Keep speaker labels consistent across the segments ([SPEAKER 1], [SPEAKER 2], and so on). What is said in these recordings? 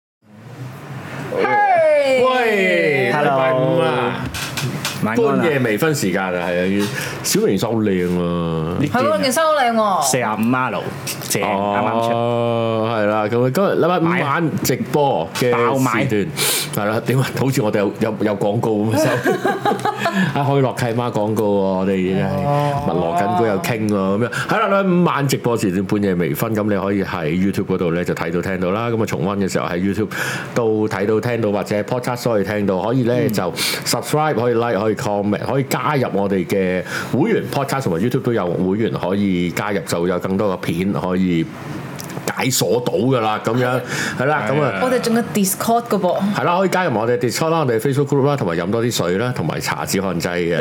[SPEAKER 1] 係啊
[SPEAKER 2] 啊
[SPEAKER 1] 微醺時間啊，係啊，小明收靚啊。
[SPEAKER 3] 係喎，件衫好靚
[SPEAKER 2] 四
[SPEAKER 3] 喎。
[SPEAKER 2] 廿五 mile 正啱啱出。
[SPEAKER 1] 哦，係啦，咁啊，今日禮拜五
[SPEAKER 2] 買
[SPEAKER 1] 晚直播嘅
[SPEAKER 2] 爆買
[SPEAKER 1] 時段，係啦，點啊？ 好似我哋有有有廣告咁收， 啊，可以落契媽廣告喎，我哋已經係
[SPEAKER 2] 哦
[SPEAKER 1] 密羅緊佢又傾喎，咁樣係啦，禮拜五晚直播時段半夜微醺，咁你可以喺 YouTube 嗰度咧就睇到聽到啦，咁啊重温嘅時候喺 YouTube 度睇到聽到，或者 Podcast 可以聽到，可以
[SPEAKER 2] 嗯
[SPEAKER 1] 咧就 subscribe 可以 like 可以 comment 可以加入我哋嘅會員 Podcast 同埋 YouTube 都有會員可以加入，就有更多嘅片可以。解鎖到㗎啦，咁樣係啦，咁啊。
[SPEAKER 3] 我哋仲有 Discord 嘅噃，
[SPEAKER 1] 係啦，可以加入我哋 Discord 啦，我哋 Facebook group 啦，同埋飲多啲水啦，同埋搽止汗劑 嘅。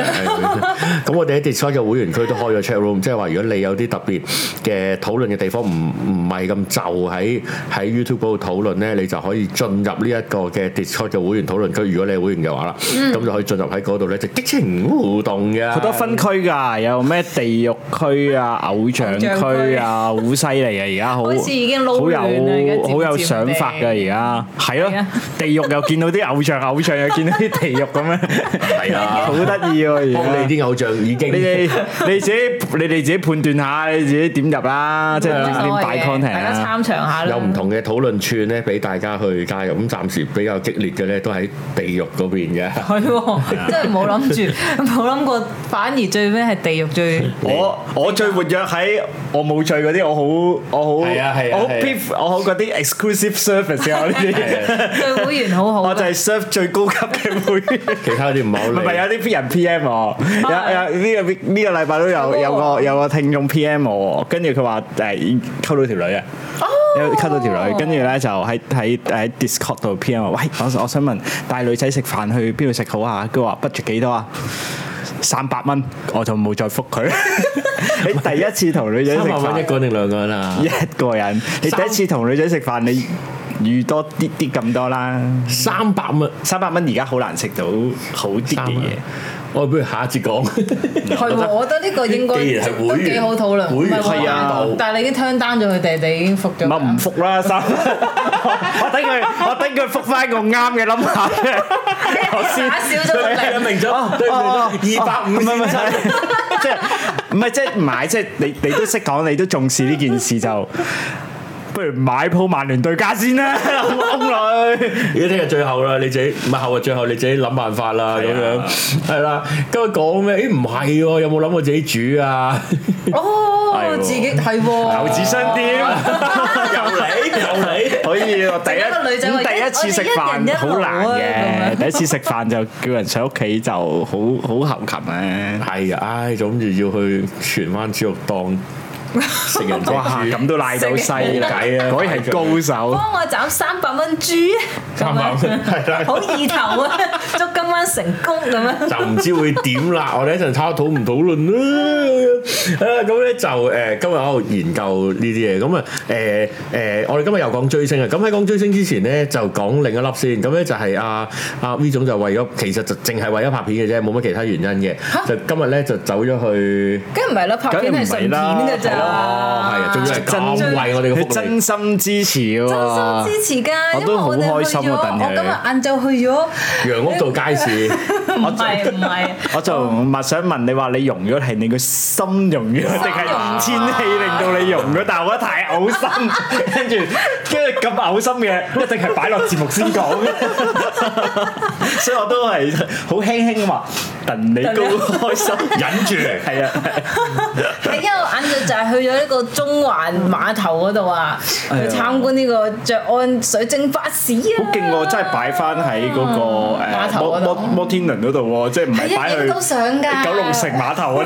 [SPEAKER 1] 咁我哋喺 Discord 嘅會員區都開咗 chat room，即係話如果你有啲特別嘅討論嘅地方，唔唔係咁就喺喺 YouTube 嗰度討論咧，你就可以進入呢一個嘅 Discord 嘅會員討論區。如果你係會員嘅話啦，咁、就可以進入喺嗰度咧，就激情互動嘅。
[SPEAKER 2] 嗯好多分區㗎，有咩地獄區啊、偶像區啊，好犀 利啊！而家好
[SPEAKER 3] 好似已經撈
[SPEAKER 2] 好
[SPEAKER 3] 亂啦啊而家漸
[SPEAKER 2] 有
[SPEAKER 3] 漸地
[SPEAKER 2] 好有想法㗎，而家係
[SPEAKER 3] 係
[SPEAKER 2] 咯
[SPEAKER 3] 啊，
[SPEAKER 2] 地獄又見到啲偶像，偶像又見到啲地獄咁樣，
[SPEAKER 1] 係啊
[SPEAKER 2] 好，得意喎！而
[SPEAKER 1] 幫
[SPEAKER 2] 家
[SPEAKER 1] 你啲偶像已經
[SPEAKER 2] 你哋你自己你哋自己判斷下，你自己點入啦，即係
[SPEAKER 3] 冇
[SPEAKER 2] 點
[SPEAKER 3] 所
[SPEAKER 2] 點
[SPEAKER 3] 謂
[SPEAKER 2] 擺
[SPEAKER 3] 嘅，大
[SPEAKER 2] content 啊
[SPEAKER 3] 家
[SPEAKER 2] 啦。
[SPEAKER 3] 參詳下啦。
[SPEAKER 1] 有唔同嘅討論串咧，俾大家去加入。咁暫時比較激烈嘅咧，都喺地獄嗰邊 嘅。
[SPEAKER 3] 係喎，真係冇諗住，冇諗過，反而最尾係地獄 最。
[SPEAKER 2] 我我最活躍喺我冇罪嗰啲，我好我好
[SPEAKER 1] 係啊係啊
[SPEAKER 2] 我好
[SPEAKER 1] 係啊
[SPEAKER 2] piff 我好嗰啲 exclusive service 啊嗰啲。
[SPEAKER 3] 對會員好好啊嘅，
[SPEAKER 2] 我就係 serve 最高級嘅會員。
[SPEAKER 1] 其他啲唔好
[SPEAKER 2] 唔係唔係
[SPEAKER 1] 理。
[SPEAKER 2] 有啲人 PM 我，有有呢個呢個禮拜都有
[SPEAKER 3] 喎
[SPEAKER 2] 有個有個聽眾 PM 我，跟住佢話誒溝到條女啊，有溝到條女，跟住咧就喺喺喺 Discord 度 PM 我，喂，我我想問帶女仔食飯去邊度食好啊？佢話 budget 幾多啊？三百蚊，我就冇再覆佢。你第一次同女仔食
[SPEAKER 1] 三百蚊
[SPEAKER 2] 飯
[SPEAKER 1] 一，個定兩個人啊？
[SPEAKER 2] 一個人，你第一次同女仔食飯，你預多啲啲咁多啦。
[SPEAKER 1] 三百蚊，
[SPEAKER 2] 三百蚊而家好難食到好啲嘅
[SPEAKER 1] 三百
[SPEAKER 2] 嘢。
[SPEAKER 1] 我不如下一節講。
[SPEAKER 3] 係喎，我覺得呢個應該
[SPEAKER 1] 既然係會
[SPEAKER 3] 都
[SPEAKER 1] 員
[SPEAKER 3] 幾好討論，
[SPEAKER 1] 會員
[SPEAKER 3] 唔係話
[SPEAKER 1] 係啊
[SPEAKER 3] 但係你已經 turn down 咗佢哋，你已經復咗。
[SPEAKER 2] 咪唔復啦，三我等佢，我等佢復翻個啱嘅諗下嘅， 我先。
[SPEAKER 3] 打少咗佢哋。
[SPEAKER 1] 明
[SPEAKER 2] 哦
[SPEAKER 1] 咗，對 Ờ.
[SPEAKER 2] 二百五唔係唔係，即係唔係即係買，即係你你都識講，你都重視呢件事就，不如買鋪曼聯對家先啦，翁女。
[SPEAKER 1] 而家聽日最後啦，你自己唔係後日最後，你自己諗辦法啦咁樣，
[SPEAKER 2] 啊
[SPEAKER 1] 係啦。今日講咩？誒唔係喎，有冇諗過自己煮 啊？
[SPEAKER 2] 係
[SPEAKER 3] 哦
[SPEAKER 2] 喎，
[SPEAKER 3] 自己係喎。
[SPEAKER 2] 牛子商店又嚟又嚟，可以喎第
[SPEAKER 3] 一個女仔話
[SPEAKER 2] 一咁第一次食
[SPEAKER 3] 一人一
[SPEAKER 2] 飯
[SPEAKER 3] 路啊
[SPEAKER 2] 好難嘅，
[SPEAKER 3] 咁樣
[SPEAKER 2] 第一次食飯就叫人上屋企就好好後勤啊。
[SPEAKER 1] 係啊，唉，總之要去荃灣豬肉檔食人 哋
[SPEAKER 2] 哇！
[SPEAKER 1] 豬。
[SPEAKER 2] 咁都賴到犀
[SPEAKER 1] 冇
[SPEAKER 2] 啦，
[SPEAKER 1] 計啊
[SPEAKER 2] 果然係高手。
[SPEAKER 3] 幫我斬三百蚊豬，
[SPEAKER 1] 三百蚊係啦
[SPEAKER 3] 好意頭啊！祝今晚成功咁樣。
[SPEAKER 1] 就唔知會點啦。我哋一陣抄討唔討論啦。 啊，咁咧就誒、呃今日喺度研究呢啲嘢。咁啊誒誒，我哋今日又講追星啊。咁喺講追星之前咧，就講另一粒先。咁咧就係阿阿 V 總就為咗，其實就淨係為咗拍片嘅啫，冇乜其他原因嘅。就今日咧就走咗去。
[SPEAKER 3] 梗唔係啦，拍片係順片㗎咋。
[SPEAKER 1] 係啊，係啊，仲要係咁為我哋嘅
[SPEAKER 2] 佢
[SPEAKER 1] 福利
[SPEAKER 2] 真。心支持喎，
[SPEAKER 3] 真心支持㗎，因
[SPEAKER 2] 我
[SPEAKER 3] 為
[SPEAKER 2] 都好
[SPEAKER 3] 我哋
[SPEAKER 2] 開
[SPEAKER 3] 去
[SPEAKER 2] 心
[SPEAKER 3] 咗，
[SPEAKER 2] 啊戥佢
[SPEAKER 3] 我今日晏晝去咗，
[SPEAKER 1] 楊屋道街市，
[SPEAKER 3] 唔係唔係，
[SPEAKER 2] 我就咪想問你話你融咗係你個心融咗，定係天氣令到你融咗？但係我覺得太嘔 心，跟住跟住咁嘔心嘅，一定係擺落節目先 講。所以我都係好輕輕話，戥你高開心，
[SPEAKER 1] 忍住
[SPEAKER 2] 係啊，
[SPEAKER 3] 係因為我晏晝就係去咗呢個中環碼頭嗰度啊，去
[SPEAKER 2] 哎呀
[SPEAKER 3] 參觀呢個着岸水蒸巴士啊，
[SPEAKER 2] 好勁喎！真係擺翻喺嗰個
[SPEAKER 3] 碼
[SPEAKER 2] 誒
[SPEAKER 3] 頭
[SPEAKER 2] 摩
[SPEAKER 3] 嗰度
[SPEAKER 2] 摩摩天輪嗰度喎，即係唔係擺
[SPEAKER 3] 係啊影
[SPEAKER 2] 去
[SPEAKER 3] 到相㗎
[SPEAKER 2] 九龍城碼頭嗰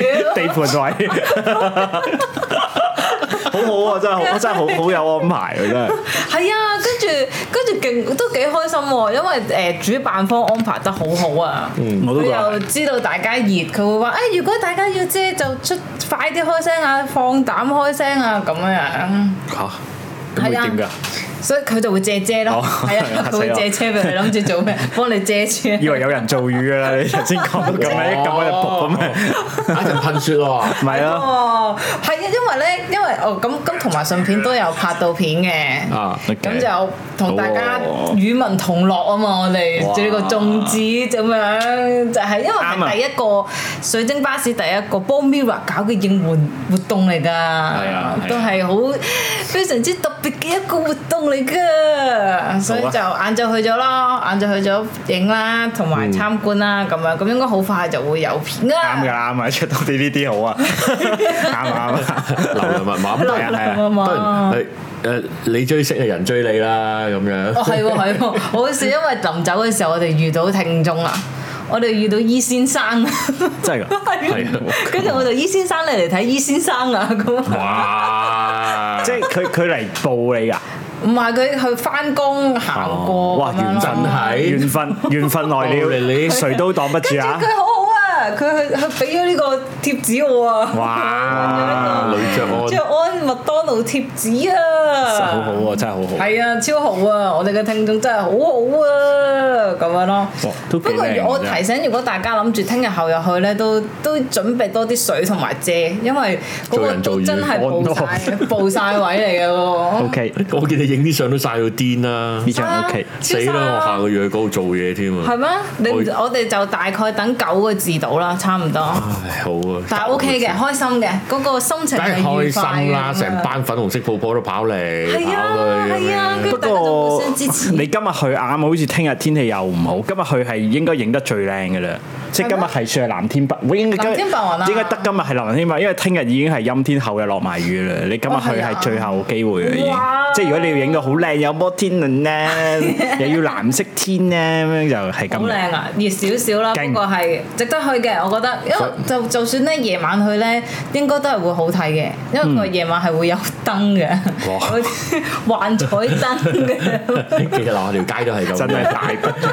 [SPEAKER 3] 屌
[SPEAKER 2] 地盤位，好好啊！真 係好，真係好好有安排啊！真係。
[SPEAKER 3] 係啊，跟住跟住勁都幾開心喎，因為誒、呃主辦方安排得好好啊，
[SPEAKER 2] 我都
[SPEAKER 3] 佢
[SPEAKER 2] 覺得
[SPEAKER 3] 又知道大家熱，佢會話誒、哎如果大家要遮就出快啲開聲啊，放膽開聲啊咁樣樣。
[SPEAKER 2] 嚇，啊咁會點㗎？
[SPEAKER 3] 所以佢就會借遮咯，
[SPEAKER 2] 哦
[SPEAKER 3] 係 啊，
[SPEAKER 2] 嚇死我
[SPEAKER 3] 佢會借車俾你，諗住做 咩？幫你遮車。
[SPEAKER 2] 以為有人造雨㗎啦！你頭先講到咁樣，一撳開就仆咁樣，
[SPEAKER 1] 哦 一陣噴雪 喎。
[SPEAKER 2] 咪咯。
[SPEAKER 3] 哦，係啊，因為咧，因為哦咁咁同埋順便都有拍到片嘅，
[SPEAKER 2] 啊，OK
[SPEAKER 3] 咁就
[SPEAKER 1] 到
[SPEAKER 3] 同大家
[SPEAKER 2] 哦
[SPEAKER 1] 喎。
[SPEAKER 3] 與民同樂啊嘛！我哋
[SPEAKER 1] 哇
[SPEAKER 3] 做呢個宗旨咁樣，就係因為
[SPEAKER 2] 啱啊
[SPEAKER 3] 係第一個水晶巴士第一個幫 Mirror 搞嘅應援活動嚟㗎，
[SPEAKER 1] 啊係啊
[SPEAKER 3] 都係好非常之特別嘅一個活動嚟㗎，所以就
[SPEAKER 2] 啊
[SPEAKER 3] 晏晝去咗啦，晏晝去咗影啦，同埋參觀啦咁樣，咁應該好快就會有片㗎。
[SPEAKER 2] 嗯啱㗎啦，啱啊，出多啲呢啲 好啊，啱啊啱啊，
[SPEAKER 1] 流量密碼咁當然
[SPEAKER 2] 係啊
[SPEAKER 3] 咁啊嘛
[SPEAKER 1] 當然係誒，你追星嘅人追你啦，咁樣。
[SPEAKER 3] 哦，係喎，係喎，我好似因為臨走嘅時候，我哋遇到聽眾啊，我哋遇到伊先生啊，
[SPEAKER 2] 真係㗎，
[SPEAKER 3] 係啊，跟住我就伊先生你嚟睇伊先生啊，咁
[SPEAKER 1] 哇！
[SPEAKER 2] 即係佢佢嚟報你㗎，
[SPEAKER 3] 唔係佢去翻工行過
[SPEAKER 2] 哦哇
[SPEAKER 3] 咁樣
[SPEAKER 2] 緣
[SPEAKER 1] 真
[SPEAKER 3] 咯
[SPEAKER 1] 係
[SPEAKER 2] 緣分緣分來
[SPEAKER 1] 報
[SPEAKER 2] 了，
[SPEAKER 1] 你
[SPEAKER 2] 誰都擋不
[SPEAKER 3] 跟
[SPEAKER 2] 住
[SPEAKER 3] 住
[SPEAKER 2] 啊！
[SPEAKER 3] 佢好好啊，佢去佢俾咗呢個貼紙我啊，
[SPEAKER 2] 哇，
[SPEAKER 1] 女着安
[SPEAKER 3] 着安麥當勞貼紙啊，
[SPEAKER 2] 好好喎，真係好好。
[SPEAKER 3] 係啊，超好啊！我哋嘅聽眾真係好好啊，咁樣咯
[SPEAKER 1] 哦
[SPEAKER 2] 哇。都幾
[SPEAKER 3] 不過
[SPEAKER 2] 靚
[SPEAKER 1] 啊
[SPEAKER 3] 如我
[SPEAKER 2] 真係
[SPEAKER 3] 提醒，如果大家諗住聽日後日去咧，都都準備多啲水同埋遮，因為嗰
[SPEAKER 1] 做
[SPEAKER 3] 個
[SPEAKER 1] 人做
[SPEAKER 3] 都
[SPEAKER 1] 魚
[SPEAKER 3] 真係暴
[SPEAKER 2] 安
[SPEAKER 3] 晒暴晒位嚟嘅喎。
[SPEAKER 2] O K，
[SPEAKER 1] 我見你影啲相都晒到癲啦
[SPEAKER 2] 呢，張 O K，
[SPEAKER 1] 死啦！我下個月去嗰度做嘢添啊
[SPEAKER 3] 係，咩？你唔
[SPEAKER 1] 我
[SPEAKER 3] 我哋就大概等九個字到啦，差唔多。
[SPEAKER 1] 唉好啊，
[SPEAKER 3] 但係 OK 嘅，開心嘅，嗰個心情
[SPEAKER 1] 梗
[SPEAKER 3] 係
[SPEAKER 1] 係開
[SPEAKER 3] 愉快
[SPEAKER 1] 心啦！
[SPEAKER 3] 嘅。
[SPEAKER 1] 成班粉紅色泡泡都跑嚟
[SPEAKER 3] 係啊
[SPEAKER 1] 跑去
[SPEAKER 3] 係 啊
[SPEAKER 1] 咁
[SPEAKER 3] 跟
[SPEAKER 1] 樣
[SPEAKER 2] 不
[SPEAKER 3] 住大家都互
[SPEAKER 2] 過
[SPEAKER 3] 相支持
[SPEAKER 2] 你今日去啱，好似聽日天氣又唔好。今日去係應該影得最靚嘅啦，即係今日係算係藍天白，喂應該今
[SPEAKER 3] 藍天白雲啊
[SPEAKER 2] 應該得今日係藍天白雲，因為聽日已經係陰天，後日落埋雨啦。你今日
[SPEAKER 3] 哦
[SPEAKER 2] 去
[SPEAKER 3] 係啊
[SPEAKER 2] 係最後機會啦，已經
[SPEAKER 3] 哇。
[SPEAKER 2] 即係如果你要影到好靚，有摩天輪 咧，又要藍色天咧，咁樣就係
[SPEAKER 3] 好
[SPEAKER 2] 咁
[SPEAKER 3] 靚啊，熱少少啦，
[SPEAKER 2] 勁
[SPEAKER 3] 不過係值得去嘅，我覺得，因為就就算咧夜晚去咧，應該都係會好睇嘅，因為佢夜晚係會有燈嘅，
[SPEAKER 1] 哇
[SPEAKER 3] 嗰啲幻彩燈 嘅，
[SPEAKER 1] 其實樓下條街都係咁，
[SPEAKER 2] 真係大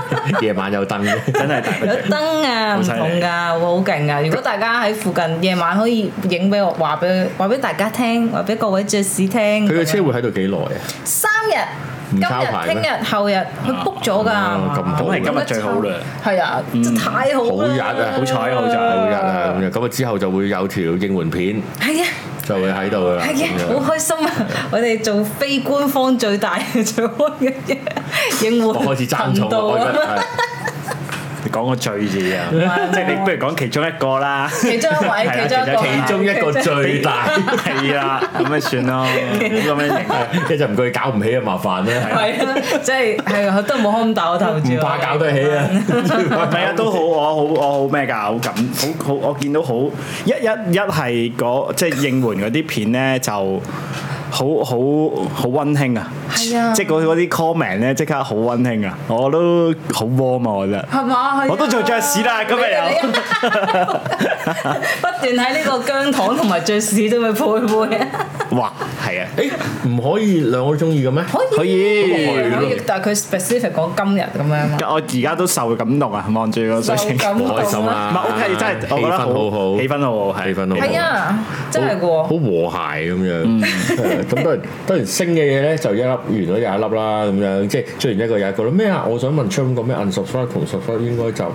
[SPEAKER 1] 大夜晚有燈嘅，
[SPEAKER 2] 真係大不
[SPEAKER 3] 有
[SPEAKER 2] 了。
[SPEAKER 3] 燈啊，唔
[SPEAKER 2] 好犀利
[SPEAKER 3] 同㗎，會好勁㗎。如果大家喺附近夜晚可以影俾我，話俾話俾大家聽，話俾各位爵士聽。
[SPEAKER 1] 佢嘅
[SPEAKER 3] 咁
[SPEAKER 1] 車
[SPEAKER 3] 樣
[SPEAKER 1] 會喺度幾耐啊？
[SPEAKER 3] 三日，今
[SPEAKER 1] 唔抄牌
[SPEAKER 3] 日、
[SPEAKER 1] 咩
[SPEAKER 3] 聽日、後日，佢 book 咗㗎。
[SPEAKER 1] 哦咁好
[SPEAKER 2] 咁係今日最好啦。
[SPEAKER 3] 係啊，真係太好啦！
[SPEAKER 1] 好日啊好
[SPEAKER 2] 彩好彩
[SPEAKER 1] 好日啊咁樣，咁啊之後就會有條應援片
[SPEAKER 3] 係啊！
[SPEAKER 1] 就會喺度噶啦，
[SPEAKER 3] 係
[SPEAKER 1] 咁
[SPEAKER 3] 啊，
[SPEAKER 1] 樣
[SPEAKER 3] 好開心啊！我哋做非官方最大 嘅最開嘅應援
[SPEAKER 1] 我開始爭
[SPEAKER 3] 頻
[SPEAKER 1] 重
[SPEAKER 3] 道啊！
[SPEAKER 1] 啦，
[SPEAKER 2] 你講個最字 啊，
[SPEAKER 3] 係
[SPEAKER 2] 即係你不如講其中一個啦。
[SPEAKER 3] 其中一位，
[SPEAKER 2] 係啊
[SPEAKER 3] 其中一個，
[SPEAKER 1] 我覺得其中一個最大，
[SPEAKER 2] 係啦，咁咪 算咯，咁樣型。
[SPEAKER 1] 一陣唔佢搞唔起啊，麻煩啦，
[SPEAKER 3] 係啊，即係係啊，都冇開咁大個頭住
[SPEAKER 1] 唔怕搞得起啊，
[SPEAKER 2] 唔係啊，都 好，我好我好咩㗎，好感好好，我見到好一一一係嗰即係應援嗰啲片咧，就好好好温馨啊！
[SPEAKER 3] 係啊
[SPEAKER 2] 即係嗰嗰啲 comment 咧，即刻好温馨啊！我都好 warm 啊，我覺得。
[SPEAKER 3] 係嘛？係啊
[SPEAKER 2] 我都做爵士啦今日又
[SPEAKER 3] 你你 不斷喺呢個姜糖同埋爵士都咪配配啊！
[SPEAKER 2] 哇，係啊，
[SPEAKER 1] 誒唔可以兩個都中意嘅咩？
[SPEAKER 2] 可以。
[SPEAKER 3] 可以，但係佢 specific 講今日咁樣嘛，
[SPEAKER 2] 我而家都受感動啊！望住個
[SPEAKER 3] 就
[SPEAKER 2] 水晶，
[SPEAKER 3] 咁
[SPEAKER 1] 好開
[SPEAKER 3] 講
[SPEAKER 1] 心
[SPEAKER 3] 啦。
[SPEAKER 1] 啦，
[SPEAKER 2] 唔啊係，OK，真係我
[SPEAKER 1] 啊氣
[SPEAKER 2] 覺得
[SPEAKER 1] 氛好好，
[SPEAKER 2] 氣氛好好，係
[SPEAKER 1] 氣氛好好，
[SPEAKER 3] 係啊，真係嘅喎。嗯
[SPEAKER 1] 好和諧咁樣，係 咁當然當然升嘅嘢咧就一粒完咗又一粒啦，咁樣即係追完一個又一個咯。咩啊？我想問 Trump 個咩 unsubscribe 同 subscribe 應該就